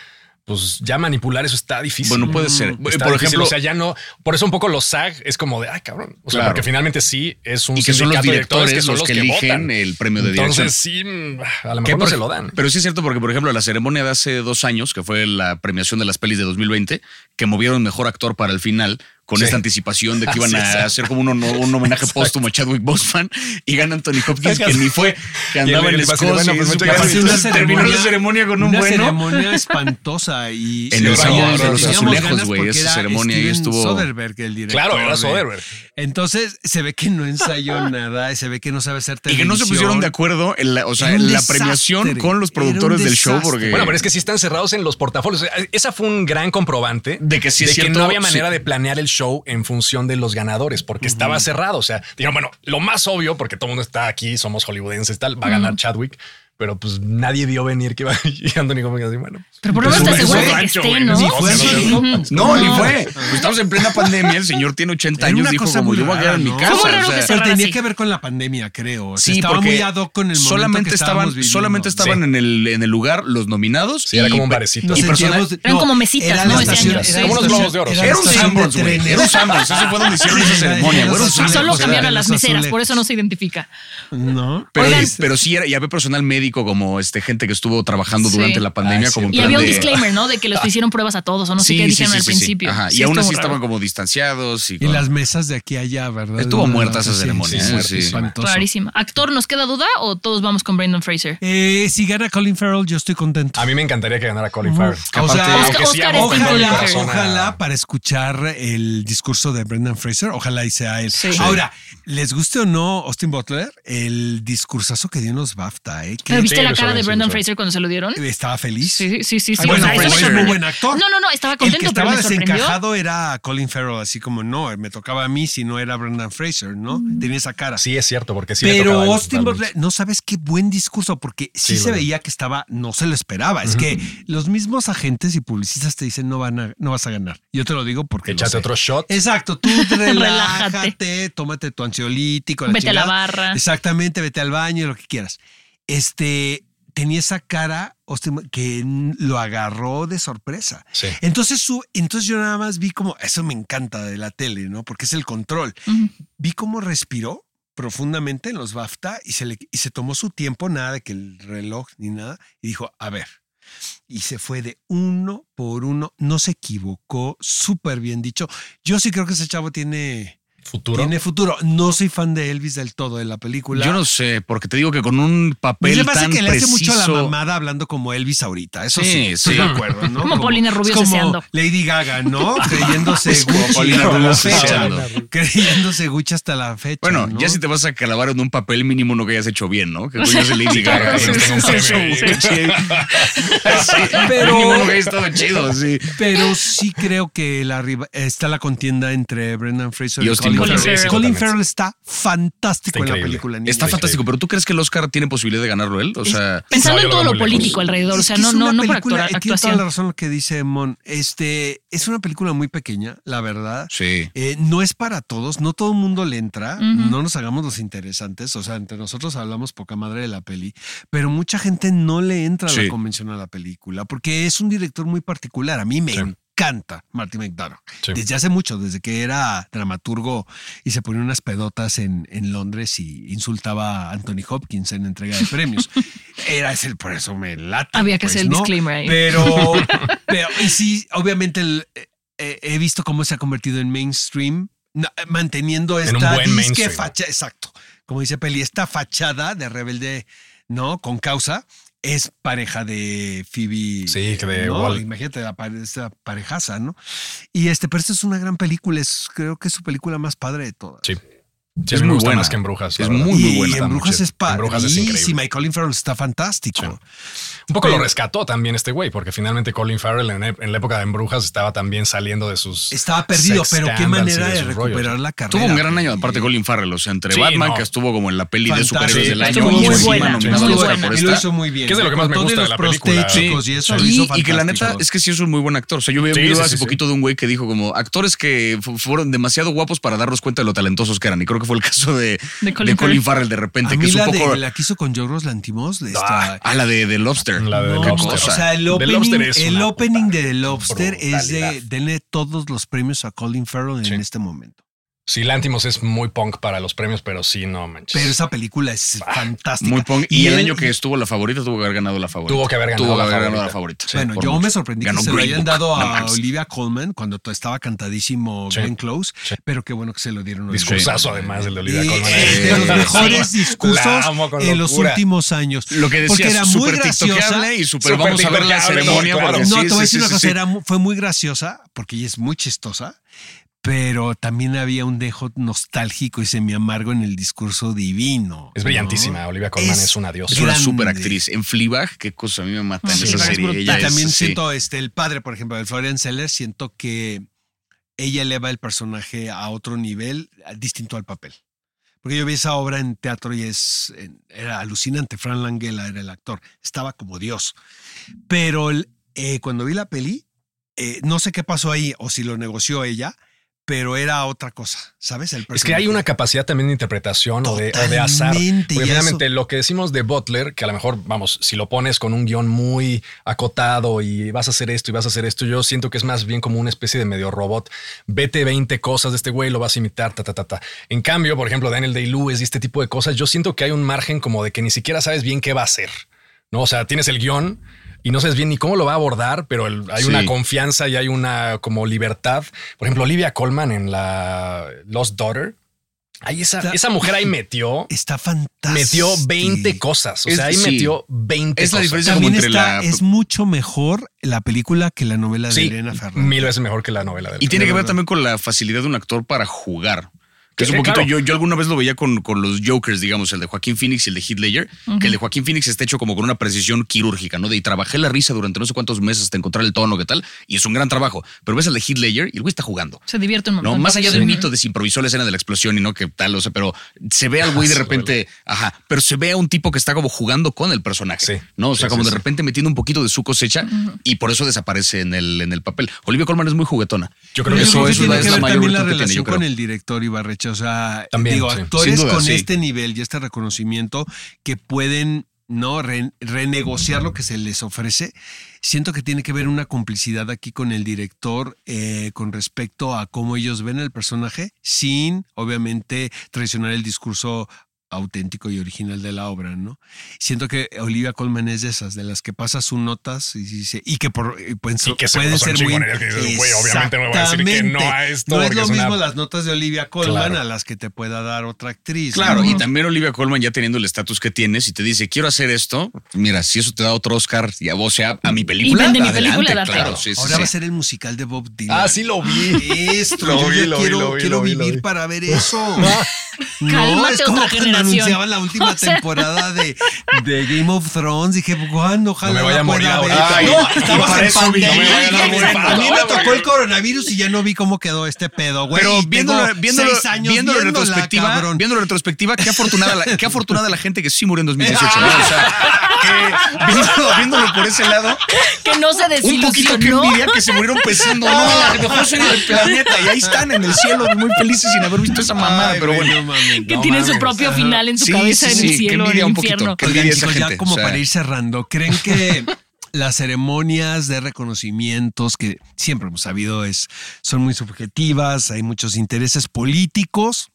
S2: pues ya manipular eso está difícil.
S1: Bueno, puede ser.
S2: Está
S1: Por
S2: difícil,
S1: ejemplo-
S2: o sea, ya no. Por eso un poco los SAG es como de, ay, cabrón. O sea,
S1: Claro.
S2: porque finalmente sí es un
S1: Y que son los
S2: sindicato de
S1: directores
S2: son
S1: los que eligen
S2: votan.
S1: el premio de dirección.
S2: Entonces sí, mm, a lo mejor
S1: Que
S2: no
S1: por-
S2: se lo dan.
S1: Pero sí es cierto, porque por ejemplo, la ceremonia de hace dos años, que fue la premiación de las pelis de 2020, que movieron mejor actor para el final, con
S2: Sí.
S1: esta anticipación de que iban
S2: Así es.
S1: a hacer como un, hono- un homenaje
S2: Exacto.
S1: póstumo a Chadwick Boseman y gana Anthony Hopkins, que ni fue,
S2: Y
S1: que andaba
S2: el-
S1: en
S2: el
S1: Escocia.
S2: brasileño, bueno, pues,
S1: y
S2: muchas
S1: su-
S2: gracias.
S1: Entonces,
S2: Una
S1: terminó la ceremonia con un
S3: una
S1: bueno.
S3: ceremonia espantosa y
S1: En el
S3: y
S1: sabor
S3: le
S1: de los
S3: teníamos
S1: azulejos,
S3: ganas
S1: güey,
S3: porque
S1: esa
S3: era
S1: ceremonia ahí
S3: Steven
S1: estuvo-
S3: Soderbergh el director.
S2: Claro, era
S3: de-
S2: Soderbergh.
S3: Entonces se ve que no ensayó nada, se ve que no sabe hacer
S1: Y que no se pusieron de
S3: televisión.
S1: acuerdo en la, o sea,
S3: Era un
S1: en la
S3: desastre.
S1: premiación con los
S3: Era un
S1: productores del show,
S3: desastre.
S1: porque. pues,
S2: Bueno, pero es que sí están cerrados en los portafolios. O sea, Esa fue un gran comprobante
S1: De que sí es cierto,
S2: no había manera
S1: sí.
S2: de planear el show en función de los ganadores, porque estaba cerrado. O sea, dijeron, bueno, lo más obvio, porque todo el mundo está aquí, somos hollywoodenses, tal, va a ganar Chadwick, pero pues nadie vio venir que iba y Anthony Hopkins así, bueno.
S4: Pero por lo menos te
S1: Pues,
S4: aseguras
S1: es
S4: de
S1: un
S4: que
S1: rancho,
S4: esté,
S1: güey,
S4: ¿no?
S1: ni
S2: fue
S4: Sí.
S2: así,
S4: Ujú.
S1: No, ni
S4: No.
S1: fue. Pues estamos en plena pandemia. El señor tiene 80
S3: Era
S1: años.
S3: una
S1: Dijo
S3: cosa
S1: como
S3: muy
S1: yo voy a quedar
S3: rara,
S1: en mi
S3: ¿no?
S1: casa.
S4: Fue muy
S1: o
S4: raro
S1: sea,
S4: que
S3: Pero
S4: cerrar
S3: tenía
S4: así.
S3: que ver con la pandemia, creo. O sea,
S1: Sí,
S3: Pues estaba
S1: porque
S3: muy ad hoc con el momento
S1: solamente
S3: que
S1: estaban,
S3: estábamos viviendo.
S1: solamente estaban
S2: Sí.
S1: en el en el lugar los nominados.
S2: Sí, era como un barecito.
S3: Nos
S1: Y pues, personal-
S3: sentíamos-
S4: Eran como mesitas,
S3: era
S4: ¿no?
S3: la
S4: Ese
S3: estación-
S4: año.
S3: era la
S2: Como unos globos
S3: estación-
S2: de oro.
S3: la
S1: Era un
S3: estación de
S1: Sanborns, güey.
S3: trenes. Ah,
S1: Era un Sanborns. Eso fue donde hicieron esa ceremonia. güey. Era un Sanborns.
S4: Solo
S1: O sea,
S4: cambiaron
S3: los
S4: las meseras,
S3: azulejos.
S4: por eso no se identifica.
S3: No.
S1: Pero,
S4: Oigan.
S1: pero sí, era, y había personal médico, como este gente que estuvo trabajando
S4: Sí.
S1: durante la pandemia.
S2: Ah,
S1: como en
S4: Y
S1: plan
S4: había un
S1: de-
S4: disclaimer, ¿no? De que les hicieron pruebas a todos, o no sé qué dijeron al principio.
S1: Ajá,
S4: Sí,
S1: y aún
S4: estuvo
S1: así
S4: raro.
S1: estaban como distanciados. Y,
S3: Y
S1: con-
S3: las mesas de aquí a allá, ¿verdad?
S1: Estuvo
S3: Una
S1: muerta
S3: cosa
S1: esa
S3: así,
S1: ceremonia,
S3: sí,
S1: ¿eh?
S3: sí,
S1: Sí.
S3: espantoso.
S4: Rarísima. Actor, ¿nos queda duda o todos vamos con Brandon Fraser?
S3: Eh, si gana Colin Farrell, yo estoy contento.
S2: A mí me encantaría que ganara Colin Farrell.
S3: O
S1: Aparte-
S3: sea,
S4: Oscar-
S2: aunque sí
S4: Oscar
S2: amo
S4: es
S2: a Colin
S3: ojalá,
S2: Farrell,
S3: ojalá para escuchar el discurso de Brendan Fraser, ojalá y sea él.
S4: Sí.
S3: Ahora, ¿les guste o no Austin Butler? El discursazo que dio en los BAFTA, ¿eh? Que
S4: ¿Pero ¿Viste
S2: Sí,
S4: la
S2: lo
S4: cara
S2: saben,
S4: de
S2: sí,
S4: Brendan
S2: lo saben.
S4: Fraser cuando se lo dieron?
S3: estaba feliz.
S4: Sí, sí, sí, sí.
S3: Bueno,
S4: O sea, eso
S3: Fraser
S4: me
S3: es muy
S4: sorprendió.
S3: buen actor.
S4: No, no, no, estaba
S3: el
S4: contento,
S3: que
S4: pero
S3: estaba
S4: me sorprendió.
S3: desencajado era Colin Farrell, así como no, me tocaba a mí si no era Brendan Fraser, ¿no?
S4: Mm.
S3: Tenía esa cara.
S2: Sí, es cierto, porque sí. le
S3: Pero
S2: tocaba a él,
S3: Austin
S2: totalmente.
S3: Butler, no sabes qué buen discurso, porque sí,
S2: Sí,
S3: se
S2: lo vi.
S3: veía que estaba, no se lo esperaba. Es que los mismos agentes y publicistas te dicen no van a, no vas a ganar. Yo te lo digo porque. lo
S2: Échate
S3: sé.
S2: otro shot.
S3: Exacto, tú relájate,
S4: Relájate.
S3: tómate tu ansiolítico.
S4: Vete a la
S3: chingada.
S4: barra.
S3: Exactamente, vete al baño, lo que quieras. Este tenía esa cara Austin Butler, que n- lo agarró de sorpresa.
S2: Sí.
S3: Entonces, su, entonces yo nada más vi como, eso me encanta de la tele, ¿no? Porque es el control.
S4: Ujú.
S3: Vi cómo respiró profundamente en los BAFTA y se, le, y se tomó su tiempo, nada de que el reloj ni nada, y dijo, a ver. Y se fue de uno por uno, no se equivocó, súper bien dicho. Yo sí creo que ese chavo tiene,
S2: Futuro.
S3: tiene futuro. No soy fan de Elvis del todo de la película.
S1: Yo no sé, porque te digo que con un
S3: Pues
S1: papel
S3: le pasa
S1: tan
S3: que le hace mucho a la
S1: preciso-
S3: mamada hablando como Elvis ahorita. Eso
S1: Sí,
S3: sí, estoy
S1: sí.
S3: de acuerdo, ¿no?
S4: Como Paulina Rubio
S3: es como
S4: ceseando.
S3: Lady Gaga, ¿no? Creyéndose
S1: Es como
S3: Gucci
S1: Paulina
S3: hasta
S1: Rubio
S3: la fecha.
S1: ceseando.
S3: Creyéndose Gucci hasta la fecha.
S1: Bueno,
S3: ¿no?
S1: ya si te vas a calabar en un papel mínimo no que hayas hecho bien, ¿no? Que pues coño es el Lady Gaga.
S2: Sí,
S1: pero
S2: sí,
S1: tengo un
S2: sí,
S1: premio
S2: sí.
S1: ahí. Sí,
S3: Pero-
S1: mínimo no que haya estado chido, sí.
S3: Pero sí creo que la riva- está la contienda entre Brendan Fraser
S1: Y
S3: y,
S1: Austin
S3: Colin
S1: Butler.
S3: Farrell.
S4: Sí, sí,
S3: Colin
S2: totalmente.
S3: Farrell está
S2: Está
S3: fantástico en la
S2: increíble.
S3: película. niña.
S1: Está
S2: increíble.
S1: fantástico, pero ¿tú crees que el Oscar tiene posibilidad de ganarlo él? O sea,
S4: Pensando
S2: No, yo
S4: en
S2: lo
S4: todo
S2: veo
S4: lo
S2: muy lejos.
S4: político alrededor, o sea,
S3: Es que
S4: no,
S3: es
S4: no,
S3: una
S4: no por
S3: película-
S4: actora-
S3: eh, Tiene toda la
S4: actuación.
S3: razón lo que dice Mon. Este, es una película muy pequeña, la verdad.
S1: sí.
S3: Eh, no es para todos, no todo el mundo le entra,
S4: Ujú.
S3: no nos hagamos los interesantes, o sea, entre nosotros hablamos poca madre de la peli, pero mucha gente no le entra a
S1: Sí.
S3: la convención a la película, porque es un director muy particular, a mí me
S2: Sí.
S3: encanta Martin McDonough,
S2: Sí.
S3: desde hace mucho, desde que era dramaturgo y se ponía unas pedotas en, en Londres y insultaba a Anthony Hopkins en entrega de premios. Era ese, por eso me late. pues,
S4: Había que hacer el disclaimer ahí.
S3: Pero, pero y sí, obviamente el- eh, he visto cómo se ha convertido en mainstream, no, eh, manteniendo
S2: En un
S3: esta
S2: buen mainstream.
S3: fachada, exacto, como dice Peli, esta fachada de rebelde, ¿no? Con causa, es pareja de Phoebe.
S2: Sí, que de
S3: ¿no?
S2: Wall-
S3: Imagínate la pare- esta parejaza, ¿no? Y este, pero esta es una gran película, es, creo que es su película más padre de todas.
S2: Sí. Sí, es muy gusta más que en Brujas. la
S1: Es
S2: verdad.
S1: muy, muy
S3: y
S1: buena.
S3: en Brujas es
S2: En Brujas es increíble.
S3: padrísima y Colin Farrell está fantástico.
S2: Un poco lo
S3: Pero-
S2: rescató también este güey, porque finalmente Colin Farrell en, en la época de Embrujas estaba también saliendo de sus.
S3: Estaba perdido,
S2: sex
S3: pero qué
S2: scandals y
S3: manera de
S2: sus rollos.
S3: recuperar la carrera.
S1: Tuvo un gran año,
S3: güey.
S1: aparte Colin Farrell, o sea, entre
S2: Sí,
S1: Batman,
S2: no.
S1: que estuvo como en la peli
S3: Fantástico.
S1: de superhéroes del año,
S4: estuvo muy
S1: y encima
S4: buena,
S1: nominado
S4: muy
S1: al Oscar
S4: buena.
S1: por
S3: Y
S1: esta.
S3: lo hizo muy bien.
S2: Que es de lo que más me
S3: Con todo
S2: gusta
S3: y
S2: de
S3: los
S2: la película.
S3: prostéticos y eso. lo hizo
S1: Y, y que la neta
S3: fantástico.
S1: es que sí es un muy buen actor. O sea, yo vi un
S2: Sí,
S1: video
S2: sí,
S1: hace
S2: sí,
S1: poquito de un güey que dijo como actores que fu- fueron demasiado guapos para darnos cuenta de lo talentosos que eran. Y creo que que fue el caso de,
S4: De
S1: de
S4: Colin
S1: Colin,
S4: Farrell.
S1: Farrell de repente,
S3: A
S1: que
S3: mí
S1: es un
S3: la,
S1: poco.
S3: de, la que hizo con Yorgos Lantimos. de
S1: Ah,
S3: esta-
S1: ah, la de, de Lobster.
S2: La de
S3: No,
S2: The
S3: o
S2: Lobster.
S3: sea, el
S2: The
S3: opening,
S2: Lobster es
S3: el
S2: una
S3: opening de The Lobster es de
S2: brutalidad.
S3: denle todos los premios a Colin Farrell en
S2: Sí.
S3: este momento.
S2: Sí, Lantimos es muy punk para los premios, pero sí, no manches.
S3: Pero esa película es fantástica.
S1: Muy punk. Y, el
S3: él-
S1: año que estuvo la favorita, tuvo que haber ganado la favorita.
S2: Tuvo que haber ganado
S1: Tuvo que
S2: la
S1: haber ganado
S2: favorita.
S1: la favorita. Sí,
S3: Bueno,
S1: por
S3: yo
S1: mucho.
S3: me sorprendí
S1: Ganó
S3: que se lo
S1: Green
S3: hayan
S1: Book.
S3: dado
S1: No
S3: a
S1: mames.
S3: Olivia Colman cuando to- estaba cantadisimo
S2: Sí.
S3: Glenn Close,
S2: Sí.
S3: pero qué bueno que se lo dieron. a Olivia.
S2: Discursazo, además, el de Olivia
S3: Y
S2: Colman.
S3: es eh, de los mejores discursos
S2: La amo con
S3: en los
S2: locura.
S3: últimos años.
S1: Lo que
S3: porque era
S1: decías,
S3: muy
S1: súper
S3: graciosa.
S1: tiktokeable y súper
S2: Súper
S1: vamos a ver la
S2: tiktokeable,
S1: ceremonia.
S2: no,
S1: porque
S2: claro.
S3: no,
S1: sí,
S3: te voy
S1: sí,
S3: a decir
S1: sí,
S3: una
S1: sí,
S3: cosa,
S1: sí.
S3: era mu- fue muy graciosa, porque ella es muy chistosa, pero también había un dejo nostálgico y semi-amargo en el discurso divino.
S2: Es
S3: ¿no?
S2: brillantísima. Olivia Colman es, una diosa.
S1: Es una
S3: grande.
S1: super actriz. En Fleabag, qué cosa a mí me mata en
S4: Sí,
S1: esa
S4: Fleabag es
S1: serie.
S4: brutal.
S3: Y
S1: Ella es,
S3: también
S1: sí.
S3: siento, este, el padre, por ejemplo, de Florian Seller, siento que ella eleva el personaje a otro nivel a- distinto al papel. Porque yo vi esa obra en teatro y es, en- era alucinante. Fran Langella era el actor. Estaba como Dios. Pero el- eh, cuando vi la peli, eh, no sé qué pasó ahí o si lo negoció ella, pero era otra cosa, ¿sabes? El
S2: Es que hay una
S3: personaje.
S2: capacidad también de interpretación o de, o de azar.
S3: Totalmente,
S2: Porque
S3: y eso-
S2: finalmente lo que decimos de Butler, que a lo mejor, vamos, si lo pones con un guión muy acotado y vas a hacer esto y vas a hacer esto, yo siento que es más bien como una especie de medio robot. Vete 20 cosas de este güey, lo vas a imitar, ta, ta, ta, ta. En cambio, por ejemplo, Daniel Day-Lewis y este tipo de cosas, yo siento que hay un margen como de que ni siquiera sabes bien qué va a hacer. ¿no? O sea, tienes el guión y no sabes bien ni cómo lo va a abordar, pero el- hay
S1: Sí.
S2: una confianza y hay una como libertad. Por ejemplo, Olivia Colman en la Lost Daughter. Ahí esa,
S3: Está-
S2: esa mujer ahí metió,
S3: Está fantástica.
S2: metió 20 cosas. O
S1: Es-
S2: sea, ahí
S1: sí.
S2: metió 20
S1: Es la
S2: cosas.
S1: diferencia como
S3: También
S1: entre
S3: está,
S1: la-
S3: es mucho mejor la película que la novela de
S2: Sí,
S3: Elena Ferrante.
S2: mil veces mejor que la novela del
S1: Y tiene que ver
S3: verdad.
S1: también con la facilidad de un actor para jugar. Que es
S2: Eh,
S1: un poquito,
S2: claro.
S1: yo, yo alguna vez lo veía con, con los Jokers, digamos, el de Joaquín Phoenix y el de Heath Ledger, que el de Joaquín Phoenix está hecho como con una precisión quirúrgica, ¿no? De y trabajé la risa durante no sé cuántos meses hasta encontrar el tono, ¿qué tal? Y es un gran trabajo. Pero ves el de Heath Ledger y el güey está jugando.
S4: Se divierte un montón.
S1: No, más allá
S4: Sí.
S1: del mito de se improvisó la escena de la explosión y no que tal, o sea, pero se ve al güey de
S2: Sí,
S1: repente, ajá, pero se ve a un tipo que está como jugando con el personaje,
S2: Sí,
S1: ¿no? O
S2: sí,
S1: sea, como
S2: sí,
S1: de
S2: sí.
S1: repente metiendo un poquito de su cosecha y por eso desaparece en el, en el papel. Olivia Colman es muy juguetona.
S2: Yo creo
S3: Pero
S2: que
S3: yo
S2: eso
S3: creo que
S2: es
S3: tiene
S2: la-
S3: que
S2: es
S3: ver
S2: la mayor
S3: también la
S1: virtud que tiene,
S3: relación
S1: yo creo.
S3: con el director Ibarrecha. O sea,
S2: También,
S3: digo,
S2: sí.
S3: actores
S1: Sin duda,
S3: con
S1: sí.
S3: este nivel y este reconocimiento que pueden no Re- renegociar lo que se les ofrece. Siento que tiene que ver una complicidad aquí con el director eh, con respecto a cómo ellos ven el personaje sin, obviamente, traicionar el discurso auténtico y original de la obra, ¿no? Siento que Olivia Colman es de esas, de las que pasa sus notas y dice, y que por y pues,
S2: Y que se
S3: pueden
S2: gozan
S3: ser muy
S2: chingonerías que dices, "Güey, obviamente no me va a decir que no a esto
S3: No es
S2: porque
S3: lo
S2: es una-
S3: mismo las notas de Olivia Colman
S2: Claro.
S3: a las que te pueda dar otra actriz.
S1: Claro,
S3: ¿no?
S1: y también Olivia Colman ya teniendo el estatus que tienes y te dice, quiero hacer esto, mira, si eso te da otro Oscar y a vos sea a mi película,
S4: vende mi
S1: adelante,
S4: película, date.
S1: claro, sí, sí,
S3: Ahora va a
S1: sí.
S3: ser el musical de Bob Dylan.
S2: Ah, sí lo vi.
S3: Esto,
S2: Lo
S3: yo
S2: vi,
S3: ya
S2: lo vi,
S3: quiero,
S2: lo vi,
S3: quiero
S2: lo vi, lo
S3: vivir
S2: vi.
S3: para ver eso. no,
S4: Cálmate,
S3: es como
S4: otra
S3: cuando
S4: generación.
S3: anunciaban la última
S4: O sea.
S3: temporada de, de Game of Thrones. Dije, ¿cuándo? Ojalá
S2: No me vaya
S3: la
S2: a morir
S3: pueda ver".
S2: ahorita. Ay,
S3: No,
S2: y
S3: estabas
S2: para
S3: en
S2: eso vi- no me
S3: pandemia.
S2: vaya a dar un infarto.
S3: A mí me tocó el coronavirus y ya no vi cómo quedó este pedo, güey.
S1: Pero
S3: Y
S1: viéndolo,
S3: tengo
S1: viéndolo,
S3: seis años
S1: viéndolo en
S3: viéndola,
S1: retrospectiva,
S3: cabrón.
S1: viéndolo en retrospectiva, qué afortunada, la, qué afortunada la gente que sí murió en 2018. ¿no? O sea, que viéndolo, viéndolo por ese lado,
S4: Que no se
S1: un poquito que
S4: desilusionó.
S1: envidia que se murieron pensando, no, la mejor serie del planeta, y ahí están en el cielo muy felices sin haber visto esa mamada,
S3: Ay,
S1: pero
S3: güey,
S1: bueno.
S3: no mames.
S4: Que
S2: No
S4: tiene su
S2: mames.
S4: propio final en su
S1: Sí,
S4: cabeza
S1: sí,
S4: en
S1: sí,
S4: el
S1: que
S4: cielo, en
S1: envidia
S4: el
S1: un poquito,
S4: infierno.
S1: que
S3: Oigan,
S1: envidia esa
S3: chicos, ya
S1: gente,
S3: como
S1: o sea.
S3: para ir cerrando, ¿creen que las ceremonias de reconocimientos que siempre hemos sabido es, son muy subjetivas, hay muchos intereses políticos?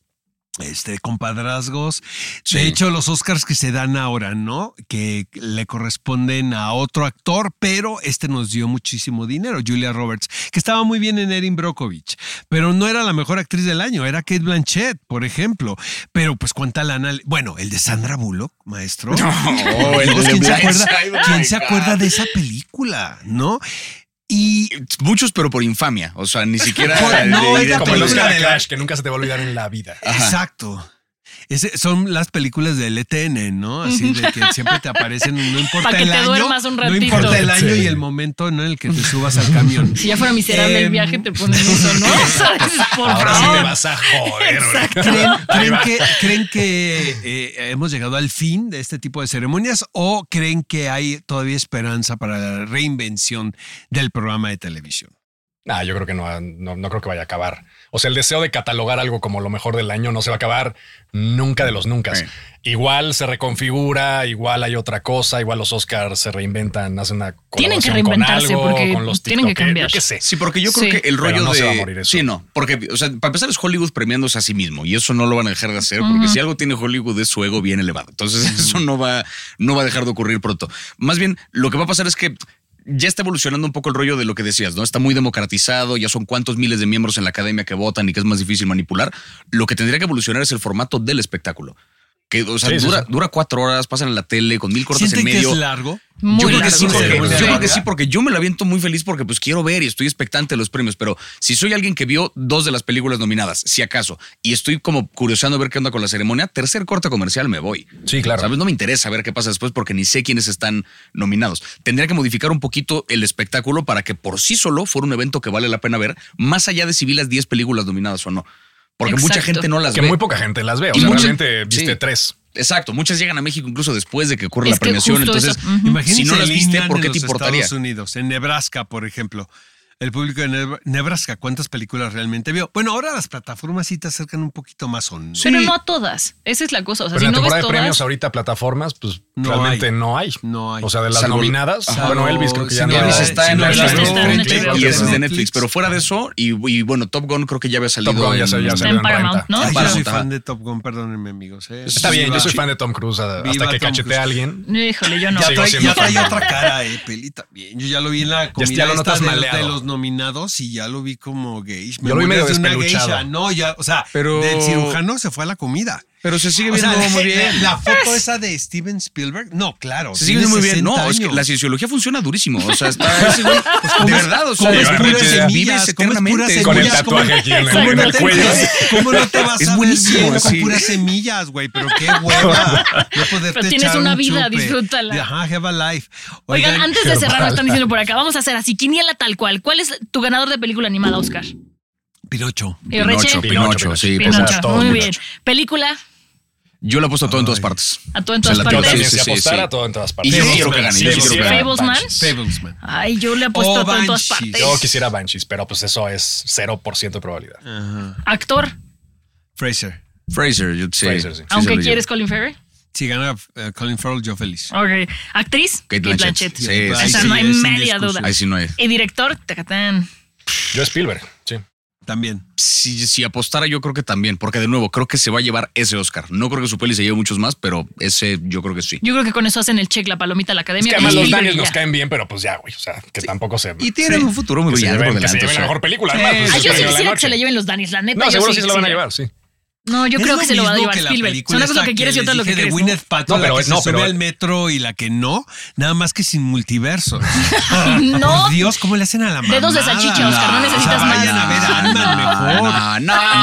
S3: Este, compadrazgos.
S1: Sí.
S3: De hecho, los Oscars que se dan ahora, ¿no? Que le corresponden a otro actor, pero este nos dio muchísimo dinero, Julia Roberts, que estaba muy bien en Erin Brockovich, pero no era la mejor actriz del año, era Kate Blanchett, por ejemplo. Pero pues cuánta lana. le- Bueno, el de Sandra Bullock, maestro.
S4: Oh,
S1: No, el
S3: Dios,
S1: de
S3: ¿Quién se
S1: Blind
S3: acuerda,
S1: Side, oh
S3: quién
S1: my
S3: se
S1: God.
S3: acuerda de esa película? ¿No? Y
S1: Muchos, pero por infamia. O sea, ni siquiera.
S3: Por- no,
S1: de-
S3: es la
S2: Como el
S3: película
S2: Oscar
S3: de
S2: de
S3: la-
S2: Crash, que nunca se te va a olvidar en la vida.
S3: exacto. Ese- son las películas del ETN, ¿no? Así de que siempre te aparecen, no importa
S4: Pa' que
S3: el
S4: te
S3: año.
S4: duermas un
S3: no
S4: ratito.
S3: importa el año
S2: Sí.
S3: y el momento ¿no? en el que te subas al camión.
S4: Si ya fuera miserable el
S3: Em,
S4: viaje, te ponen eso, ¿no? ¿Sabes? Por
S3: Ah,
S2: Ahora sí
S4: favor.
S2: me vas a joder. güey.
S3: ¿Creen,
S2: Ahí
S3: creen
S2: va.
S3: que, creen que, eh, hemos llegado al fin de este tipo de ceremonias o creen que hay todavía esperanza para la reinvención del programa de televisión?
S2: Nah, Ah, yo creo que no, no, no creo que vaya a acabar. O sea, el deseo de catalogar algo como lo mejor del año no se va a acabar nunca de los nunca. Igual se reconfigura, igual hay otra cosa, igual los Oscars se reinventan, hacen una
S4: Tienen que
S2: colaboración
S4: reinventarse
S2: con algo,
S4: porque
S2: con los
S4: tienen que
S2: TikTokers,
S4: cambiar.
S2: yo qué sé.
S1: Sí, porque yo creo que el
S2: Pero
S1: rollo
S2: no
S1: de.
S2: se va a morir eso.
S1: Sí, no. Porque, o sea, para empezar es Hollywood premiándose a sí mismo y eso no lo van a dejar de hacer porque
S2: Ujú.
S1: si algo tiene Hollywood es su ego bien elevado. Entonces eso no va, no va a dejar de ocurrir pronto. Más bien, lo que va a pasar es que. Ya está evolucionando un poco el rollo de lo que decías, ¿no? Está muy democratizado, ya son cuantos miles de miembros en la academia que votan y que es más difícil manipular. Lo que tendría que evolucionar es el formato del espectáculo. Que, o sea,
S3: Sí, sí,
S1: dura,
S3: sí.
S1: dura cuatro horas, pasan en la tele con mil cortes en
S3: ¿Sienten que
S1: medio
S3: es largo?
S1: yo creo que sí,
S3: largo,
S1: porque,
S3: sí, muy
S1: yo creo
S3: largo.
S1: que sí, porque yo me la aviento muy feliz porque pues quiero ver y estoy expectante de los premios, pero si soy alguien que vio dos de las películas nominadas, si acaso, y estoy como curioseando a ver qué onda con la ceremonia, tercer corte comercial me voy.
S2: Sí, claro.
S1: ¿Sabes? No me interesa ver qué pasa después porque ni sé quiénes están nominados. Tendría que modificar un poquito el espectáculo para que por sí solo fuera un evento que vale la pena ver, más allá de si vi las 10 películas nominadas o no. Porque mucha
S2: Exacto.
S1: gente no las
S2: Que
S1: ve.
S2: muy poca gente las ve, o sea, realmente viste tres.
S1: Exacto, muchas llegan a México incluso después de que ocurre
S3: Es
S1: la
S3: que
S1: premiación.
S3: justo
S1: Entonces,
S3: eso, ujú.
S1: si
S3: Imagínense
S1: no las
S3: el
S1: viste,
S3: Indian
S1: ¿por
S3: de
S1: qué te
S3: los
S1: importaría?
S3: Estados Unidos, en Nebraska, por ejemplo. El público de Nebra- Nebraska, ¿cuántas películas realmente vio? Bueno, ahora las plataformas sí te acercan un poquito más. ¿o no?
S4: Pero no a todas. Esa es la cosa. O sea,
S2: Pero en
S4: si
S2: la
S4: no ves
S2: temporada de
S4: todas.
S2: premios ahorita plataformas, pues
S3: No
S2: realmente
S3: hay.
S2: no hay.
S3: No hay.
S2: O sea, de las
S3: Salvo-
S2: nominadas,
S3: Ajá.
S2: bueno,
S3: Salvo-
S2: Elvis creo que ya
S3: si
S2: no
S3: no
S1: Elvis
S2: hay.
S1: está
S2: Sí,
S1: en
S2: no hay.
S1: la
S4: Elvis está en
S1: plataforma
S4: Netflix.
S1: y ese es de
S4: Netflix.
S1: Netflix. Pero fuera de eso, y, y bueno, Top Gun creo que ya había salido.
S2: Gun ya salió- ya salió en En Paramount, renta. ¿no?
S3: Ay, yo
S1: Paramount,
S3: soy
S1: ajá.
S3: fan de Top Gun, perdónenme, amigos. ¿eh?
S2: Está bien,
S3: Viva-
S2: yo soy fan de Tom Cruise hasta
S3: Viva
S2: que
S3: Tom
S2: cachete
S3: Cruise.
S2: a alguien.
S4: Híjole, yo no.
S3: Ya
S2: Sigo
S3: trae,
S2: siendo
S3: ya trae
S2: fan.
S3: otra cara, eh, Peli, también. Yo ya lo vi en la comida
S2: ya lo
S3: esta
S2: notas
S3: de,
S2: maleado.
S3: de los nominados y ya lo vi como gay.
S2: Yo lo vi medio
S3: Memorias de una
S2: despeluchado.
S3: geisha, No, ya, o sea,
S1: Pero-
S3: del cirujano se fue a la comida.
S1: Pero se sigue
S3: O sea,
S1: viendo muy bien.
S3: La foto esa de Steven Spielberg, no, claro.
S1: Se sigue
S3: tiene
S1: viendo muy bien.
S3: 60
S1: No, es que
S3: años.
S1: la sociología funciona durísimo. O sea, está.
S2: Pues
S1: ese
S3: pues,
S1: güey, de
S3: comes-
S1: verdad, o sea,
S3: comes
S1: de-
S3: puras
S1: vives
S3: semillas, comes puras
S1: eternamente.
S3: Con el semillas, tatuaje comes-
S2: aquí en el- en el
S3: te-
S2: cuello.
S3: ¿Cómo no te vas
S1: pues, Es
S3: a ver
S1: buenísimo,
S3: bien con
S1: sí.
S3: puras semillas, güey? Pero qué hueva. No poderte
S4: Pero tienes
S3: echar
S4: una
S3: un
S4: vida,
S3: chupe.
S4: disfrútala.
S3: De, Ajá, have a life.
S4: Oigan, antes de cerrar, nos están diciendo por acá. Vamos a hacer así: quiniela tal cual. ¿Cuál es tu ganador de película animada, Oscar?
S3: Pinocho.
S4: Eh,
S1: Pinocho,
S4: Reche.
S1: Pinocho, sí. pues,
S4: Pinocho.
S1: o sea, todo
S4: Muy
S1: Pinocho.
S4: bien. Película,
S1: Yo la he puesto todo en todas partes.
S4: a todo en
S1: O sea,
S4: todas
S1: la
S4: partes.
S1: tengo-
S2: También
S1: sí,
S2: se
S1: sí,
S2: apostara
S1: sí.
S2: todo en todas
S1: Y
S2: partes.
S1: yo
S2: Fablesman,
S1: quiero que gane, yo
S2: sí,
S1: quiero
S2: sí,
S1: que gane.
S4: Fablesman.
S3: Fablesman.
S4: Ay, yo le apuesto
S3: Oh,
S4: a todo en todas
S3: Banshees. Ah.
S4: partes.
S2: Yo quisiera Banshees, pero pues eso es 0% de probabilidad.
S4: Actor,
S3: Fraser.
S1: Fraser, yo sí.
S2: Fraser, sí.
S1: Sí, se
S4: aunque
S1: lo llevo.
S4: quieres Colin Farrell.
S3: Si gana eh, Colin Farrell, yo feliz.
S4: Ok. Actriz,
S1: Kate Blanchett. Sí, sí,
S4: Esa
S1: sí,
S4: no hay
S3: es
S4: media
S3: indiscusible.
S4: duda.
S1: Ahí sí no hay.
S4: Y director, tacatán.
S2: Yo Spielberg, sí.
S3: También.
S1: si, si apostara, yo creo que también, porque de nuevo, creo que se va a llevar ese Oscar. No creo que su peli se lleve muchos más, pero ese yo creo que sí.
S4: Yo creo que con eso hacen el check, la palomita a la
S2: Es
S4: academia.
S2: que además
S4: y
S2: los
S4: Spielberg
S2: Daniels
S4: y
S2: nos
S4: ya.
S2: caen bien, pero pues ya, güey. O sea, que tampoco se.
S1: Y tienen
S2: sí.
S1: un futuro muy
S2: Que se
S1: brillante
S2: lleven-
S1: por
S2: que se lleven
S1: delante, o
S2: la
S1: sea.
S2: mejor película,
S1: Sí,
S2: además, pues,
S1: sí,
S4: Ah,
S2: premio
S4: yo sí
S2: de la
S4: quisiera que
S2: noche.
S4: se la lleven los Daniels, la neta.
S2: No,
S4: yo
S2: seguro
S4: sí,
S2: sí se lo van a
S4: sí.
S2: llevar, sí.
S4: No, yo
S3: Es
S4: creo
S3: lo
S4: que se lo va a
S3: mismo
S4: llevar
S3: que la
S4: Spielberg.
S3: película
S4: Una cosa es lo
S3: esta
S4: que quieres y
S3: les
S4: otra es lo que
S3: dije
S4: crees.
S3: De
S4: ¿no?
S3: Gwyneth Paltrow,
S2: No, pero
S3: la que
S2: es- no,
S3: se sube
S2: pero-
S3: al metro y la que no, nada más que sin multiverso.
S4: No.
S3: Por Dios, ¿cómo le hacen a la mamá?
S4: Dedos de salchicha, Oscar, no necesitas más.
S3: Vayan a ver a
S1: No,
S3: Ant-Man
S1: no,
S3: mejor.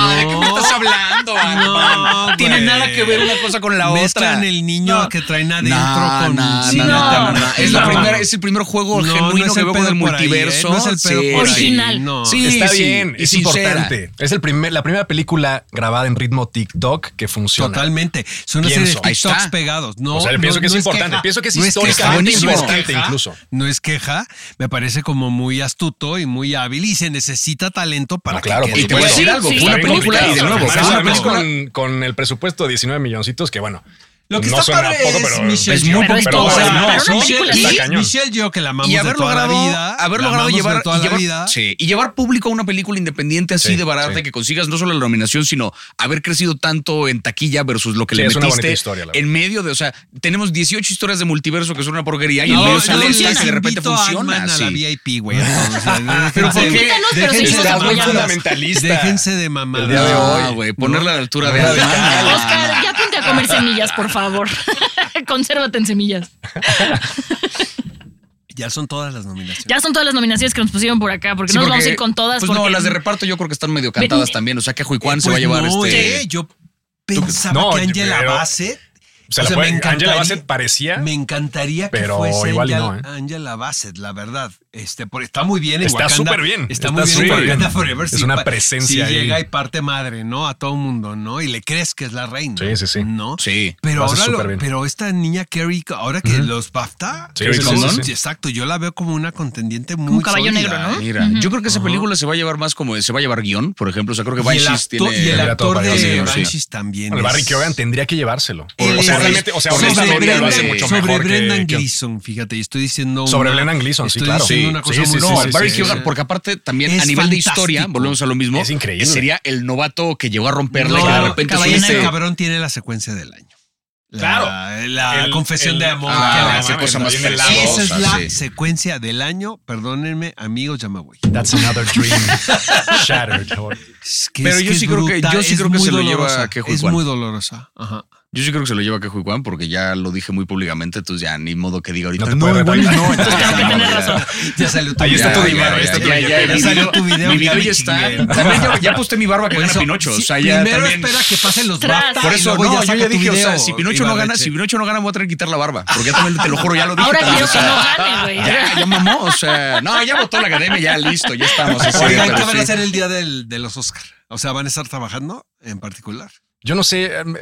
S1: no, ¿de qué me estás hablando? Eh, Ant-Man?
S3: No,
S1: Tiene
S3: güey.
S1: nada que ver una cosa con la
S3: Mezclan
S1: otra.
S3: el niño que traen adentro
S1: No,
S3: con.
S1: no,
S3: Sí,
S1: no, no, no, no.
S3: no.
S1: Es, la
S3: No.
S1: primera, es el primer juego
S3: No, no
S1: genuino
S3: es
S1: que
S3: el
S1: veo con
S3: pedo
S1: el
S3: por ahí, ¿eh?
S1: multiverso.
S3: No es el pedo por ahí,
S4: Original.
S3: no.
S1: Sí,
S2: Está
S1: sí,
S2: bien,
S1: y
S2: es
S1: sincera.
S2: importante. Es el primer, la primera película grabada en ritmo TikTok que funciona.
S3: Totalmente. Son una serie
S2: Pienso.
S3: de
S2: Ahí
S3: TikToks
S1: está.
S3: pegados. No,
S2: O sea, yo pienso
S3: no-
S2: que es
S3: no
S2: importante.
S3: queja.
S2: Pienso que es
S3: No queja,
S2: históricamente
S3: no es
S2: importante
S3: queja,
S2: incluso.
S3: No es queja. Me parece como muy astuto y muy hábil y se necesita talento para
S2: Ah, claro,
S3: que
S2: por
S3: quede
S1: Y te voy a
S3: bueno.
S1: decir algo, pues,
S4: Sí,
S1: fue una
S4: está bien
S1: película y de
S4: complicado.
S1: nuevo,
S3: Además,
S1: fue una
S3: además,
S1: película
S2: Con, con el presupuesto de 19 milloncitos, que bueno.
S3: Lo que
S2: no
S3: está
S2: suena
S3: padre
S2: poco,
S3: es
S2: pero
S3: Michelle
S1: es muy
S3: Yeoh.
S4: Pero es
S2: poco,
S3: o sea,
S2: pero no,
S3: para
S2: son-
S3: una película
S2: está
S3: así,
S2: cañón.
S3: Michelle Yeoh, que la amamos
S1: y
S3: de
S1: haber
S3: toda la
S1: logrado,
S3: vida.
S1: haber
S3: la
S1: logrado
S3: amamos de
S1: llevar,
S3: toda
S1: y
S3: la
S1: llevar-
S3: vida.
S1: sí, y llevar público a una película independiente así
S2: Sí,
S1: de barata
S2: sí.
S1: que consigas no solo la nominación, sino haber crecido tanto en taquilla versus lo que
S2: Sí,
S1: le
S2: es una
S1: metiste
S2: bonita historia, la verdad.
S1: en medio de, o sea, tenemos 18 historias de multiverso que son una porquería y en
S3: No,
S1: medio
S3: yo
S1: sale esta y
S3: los
S1: de repente
S3: invito a
S1: funciona.
S3: Ant-Man a la
S1: sí.
S3: VIP, güey. entonces,
S1: Pero ¿por qué?
S4: Invítanos, pero seguimos
S3: déjense de
S2: Estás muy
S3: mamadas.
S2: fundamentalista.
S3: Déjense de mamar.
S2: El día de hoy.
S1: Ah, güey, ponerla a la altura de Ant-Man.
S4: Oscar, ya ponte a comer semillas, por favor. Consérvate en semillas.
S3: Ya son todas las nominaciones.
S4: Ya son todas las nominaciones que nos pusieron por acá, porque
S1: Sí,
S4: no nos
S1: porque-
S4: vamos a ir con todas.
S1: Pues
S4: porque...
S1: no, las de reparto yo creo que están medio cantadas
S4: Ven-
S1: también. O sea, que Juan se
S3: Pues
S1: va a llevar
S3: no,
S1: este.
S3: eh, Yo pensaba
S2: No,
S3: que Angela
S2: pero-
S3: Bassett.
S2: Se la
S3: o sea,
S2: puede-
S3: me encantaría-
S2: Angela Bassett parecía,
S3: Me encantaría que
S2: pero
S3: fuese
S2: igual y
S3: Angela,
S2: no, ¿eh?
S3: Angela Bassett, la verdad. Este, por- está muy bien. en
S2: Está
S3: Wakanda.
S2: súper bien.
S3: Está muy
S2: Está
S3: bien. en
S2: súper
S3: Wakanda
S2: bien.
S3: Forever.
S2: Es
S3: Sí,
S2: una
S3: pa-
S2: presencia
S3: Sí,
S2: ahí.
S3: llega y parte madre, ¿no? A todo mundo, ¿no? Y le crees que es la reina.
S2: Sí, sí, sí.
S3: ¿No?
S1: Sí.
S3: Pero
S2: lo hace
S3: ahora, lo-
S2: súper bien.
S3: pero esta niña Carrie, ahora que los BAFTA,
S2: Sí, sí, sí,
S3: Condon,
S2: sí, sí.
S3: exacto, yo la veo como una contendiente muy
S4: un caballo
S3: sólida,
S4: negro, ¿no?
S3: ¿eh?
S1: Ah, Mira, yo creo que esa película se va a llevar más como se va a llevar guión, por ejemplo. O sea, creo que
S3: Y el,
S1: Banshees
S3: acto-
S1: tiene.
S3: y el
S2: Mira, todo
S3: actor
S2: para
S3: de
S2: allá, sí,
S3: Banshees también.
S2: Bueno, Barry
S3: es-
S2: Keoghan tendría que llevárselo.
S3: Él
S2: o sea,
S3: es-
S2: realmente, o sea, una
S3: Eh, sobre
S2: historia lo hace
S3: Brendan-
S2: mucho
S3: sobre
S2: mejor que-
S3: Brendan
S2: que-
S3: Gleeson, fíjate, y estoy diciendo.
S2: Sobre
S3: una-
S2: Brendan Gleeson, sí,
S3: estoy
S2: claro.
S3: diciendo una
S2: Sí,
S3: cosa
S2: sí,
S3: muy
S2: sí,
S1: No,
S2: sí,
S3: no,
S2: sí,
S1: Barry
S2: sí,
S1: Keoghan,
S2: sí.
S1: porque aparte también
S3: Es
S1: a nivel de
S3: fantástico.
S1: historia, volvemos a lo mismo.
S2: Es increíble.
S1: Sería el novato que llegó a
S3: No,
S1: romperla y que de repente este.
S3: caballo
S1: subiste-
S3: negro, cabrón tiene la secuencia del año. La-
S2: Claro.
S3: La
S2: El-
S3: confesión
S2: el-
S3: de amor.
S2: Ah,
S3: que
S2: no
S3: la
S2: mames,
S3: hace cosa más
S2: también el
S3: feliz.
S2: lado,
S3: Esa
S2: o
S3: es
S2: sea,
S3: la
S1: sí.
S3: secuencia del año. Perdónenme, amigos, ya me voy.
S2: That's another dream shattered.
S3: Es que-
S1: Pero
S3: es
S1: yo
S3: que es
S1: sí creo que-
S3: brutal,
S1: yo sí
S3: es
S1: creo que
S3: muy
S1: se lo lleva
S3: dolorosa,
S1: Kejo
S3: Es
S1: Igual.
S3: muy dolorosa. Ajá.
S1: Yo sí creo que se lo lleva a Kejo y Juan porque ya lo dije muy públicamente, entonces ya ni modo que diga ahorita.
S2: No te puede
S1: igual
S2: retractar".
S1: no,
S4: Entonces tengo que
S1: no,
S4: tener
S1: ya.
S4: razón.
S3: Ya salió tu
S2: Ahí está
S3: video.
S2: tu dinero,
S3: Ya,
S2: ahí está
S3: ya,
S2: tu
S3: ya,
S2: video.
S3: ya, ya
S1: mi
S3: salió tu video.
S1: Mi video
S3: me
S1: ya está.
S3: chingué.
S1: También ya, ya puse mi barba que
S3: Por
S1: gana
S3: eso,
S1: Pinocho.
S3: sí,
S1: o sea, ya
S3: primero
S1: también.
S3: espera que pasen los
S4: Tras.
S3: BAFTA
S1: Por
S3: y
S1: eso,
S3: luego
S1: no, yo
S3: saca
S1: ya
S3: tu
S1: dije, o sea,
S3: video,
S1: si Pinocho no gana,
S3: Ibarreche.
S1: si Pinocho no gana, me voy a tener que quitar la barba. Porque ya también te lo juro, ya lo dije.
S4: Ahora
S1: también,
S4: quiero
S1: o
S4: que
S1: sea,
S4: no gane, güey.
S1: Ya, ya mamó, o sea, no, ya votó la academia, ya listo, ya estamos. así,
S3: Oigan, ¿qué
S1: pero
S3: van a
S1: sí.
S3: hacer el día del- de los Oscar? O sea, ¿van a estar trabajando en particular?
S2: Yo no sé. em,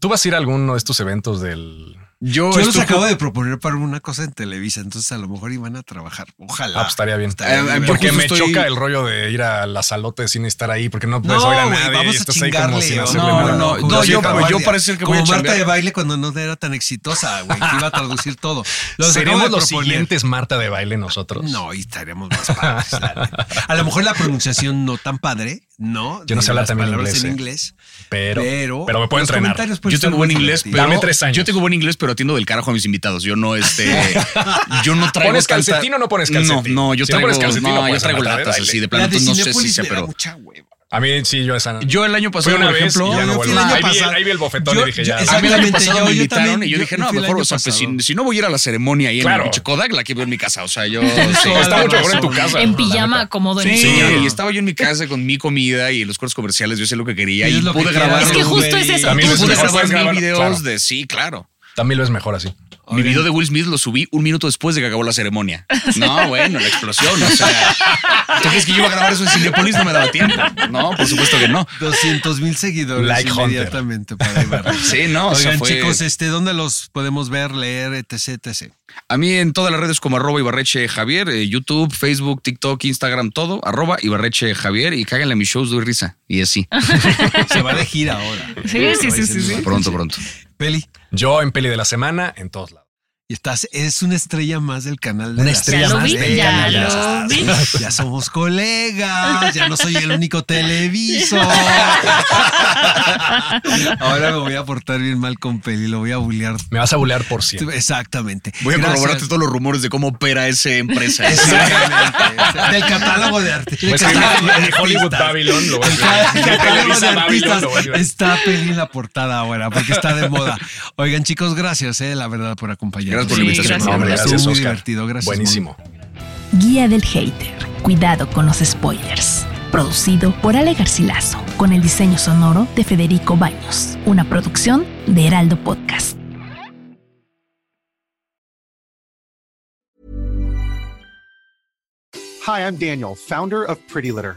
S2: ¿Tú vas a ir a alguno de estos eventos del.
S1: Yo,
S3: Yo los
S1: estuve-
S3: acabo de proponer para una cosa en Televisa, entonces a lo mejor iban a trabajar. Ojalá.
S2: Ah, pues estaría bien.
S3: Estaría bien.
S2: porque
S1: Yo
S2: me
S1: justo estoy-
S2: choca el rollo de ir a la salota de cine y estar ahí, porque no puedes
S3: No,
S2: oír a
S3: güey,
S2: nadie.
S3: vamos
S2: y
S3: a
S2: estás ahí como
S3: chingarle,
S2: sin
S3: ¿no?
S2: hacerle
S1: No,
S2: nada. Pues
S1: no,
S2: Como
S1: no,
S2: así,
S1: yo-
S2: cabrón.
S1: yo- parece que voy a
S3: Como Marta
S1: chambear.
S3: de baile cuando no era tan exitosa, güey, que iba a traducir todo. Los
S2: Seremos
S3: acabo de
S2: los
S3: proponer.
S2: siguientes Marta de baile nosotros.
S3: No, y estaríamos más padres. la neta. A lo mejor la pronunciación no tan padre, ¿no?
S2: Yo no sé
S3: De
S2: hablar
S3: las
S2: también
S3: palabras
S2: inglés,
S3: en
S2: eh.
S3: inglés.
S2: Pero, pero, me puedo
S3: los
S2: entrenar.
S3: comentarios pueden
S1: Yo
S3: estar
S1: tengo buen
S3: muy
S1: inglés, pero.
S3: divertidos.
S2: Dame tres años.
S1: Yo tengo buen inglés, pero atiendo del carajo a mis invitados. Yo no, este. Yo no traigo.
S2: ¿Pones
S1: tanta-
S2: calcetín o no pones calcetín?
S1: No, no, yo
S2: Si no
S1: traigo.
S2: pones calcetín, no
S1: no, yo
S2: puedes
S1: traigo
S2: hablar de
S1: latas
S2: baile.
S1: así de
S3: La
S1: plano.
S3: de
S1: entonces No sé si
S3: Cinépolis
S1: sea,
S3: me da
S1: pero.
S3: mucha hueva.
S2: A mí sí, yo esa.
S1: Yo el año pasado,
S2: Fui una
S1: por
S2: vez
S1: ejemplo.
S2: y ya no
S3: Yo
S2: vuelvo.
S3: fui el año
S2: Ahí vi-
S3: pasado.
S2: ahí vi el bofetón
S3: Yo-
S2: y dije, ya.
S1: A
S3: yo-
S1: mí el año
S3: Exactamente,
S1: pasado
S3: yo-
S1: me
S3: yo
S1: invitaron
S3: también,
S1: y yo,
S3: yo-
S1: dije,
S3: yo
S1: no,
S3: fui el
S1: mejor,
S3: año
S1: o sea, pues, si,
S3: pasado.
S1: si no voy a ir a la ceremonia ahí en
S2: Claro.
S1: el pinche Kodak, la quiero en mi casa. O sea, yo. sí.
S3: toda
S2: Está
S3: la
S2: mucho mejor en
S3: razón.
S2: tu casa.
S4: En
S2: la
S4: pijama
S2: neta.
S4: acomodo en
S1: Sí,
S4: mi
S1: y
S4: sillón.
S1: estaba yo en mi casa con mi comida y los cortes comerciales, yo sé lo que quería
S3: Es
S1: y
S3: lo que
S1: pude
S3: quieras,
S1: grabar.
S4: Es que
S3: Claro,
S4: justo
S3: güey.
S4: es eso.
S2: También
S4: Tú
S2: es
S1: pude
S4: puedes
S2: mejor,
S1: grabar
S2: puedes
S1: mil
S2: grabar,
S1: videos
S2: claro.
S1: de sí, claro.
S2: También lo es mejor así.
S1: Mi video de Will Smith lo subí un minuto después de que acabó la ceremonia. No, bueno, la explosión. O sea, ¿tú crees que yo iba a grabar eso en Cinepolis? No me daba tiempo. No, por supuesto que no.
S3: 200 mil seguidores
S2: Like Hunter.
S3: inmediatamente para Ibarra.
S1: Sí, no, o sea,
S3: Oigan,
S1: fue-
S3: chicos, este, ¿dónde los podemos ver, leer, etc, etc?
S1: A mí en todas las redes como arroba Ibarreche Javier, eh, YouTube, Facebook, TikTok, Instagram, todo, arroba Ibarreche Javier y cáganle a mis shows, doy risa. Y así.
S3: Se va de gira ahora.
S4: Sí, sí,
S3: Se va
S4: sí, sí,
S3: diciendo,
S4: sí.
S3: "Va".
S1: Pronto, pronto.
S3: Peli,
S2: Yo en peli de la semana, en todos lados.
S3: y estás, es una estrella más del canal de
S2: Una
S3: las-
S2: estrella
S4: Ya lo
S2: más
S4: vi,
S2: de
S4: ya
S2: canallas.
S4: lo vi.
S3: Ya somos colegas, ya no soy el único televisor. Ahora me voy a portar bien mal con Peli, lo voy a bullear.
S2: Me vas a bulear por siempre.
S3: Exactamente.
S1: Voy a
S3: Gracias.
S1: corroborarte todos los rumores de cómo opera esa empresa. ¿eh?
S3: Exactamente. Del catálogo de arte. del
S2: Pues
S3: catálogo de
S2: en Hollywood
S3: artistas.
S2: Babylon lo voy
S3: El ca-
S2: a ver.
S3: el
S2: Ya
S3: catálogo de
S2: Televisa Babylon
S3: artistas
S2: lo voy a ver.
S3: está Peli en la portada ahora porque está de moda. Oigan, chicos, gracias, eh, la verdad, por
S1: Gracias
S3: acompañarnos.
S1: por la
S4: Sí,
S1: invitación.
S4: gracias.
S1: la
S2: Hombre,
S1: verdad.
S3: Estuvo
S2: gracias,
S3: muy
S2: Oscar.
S3: divertido, gracias.
S2: Buenísimo.
S5: Guía del Hater. Cuidado con los spoilers. Producido por Ale Garcilaso, con el diseño sonoro de Federico Baños, una producción de Heraldo Podcast.
S8: Hi, I'm Daniel, founder of Pretty Litter.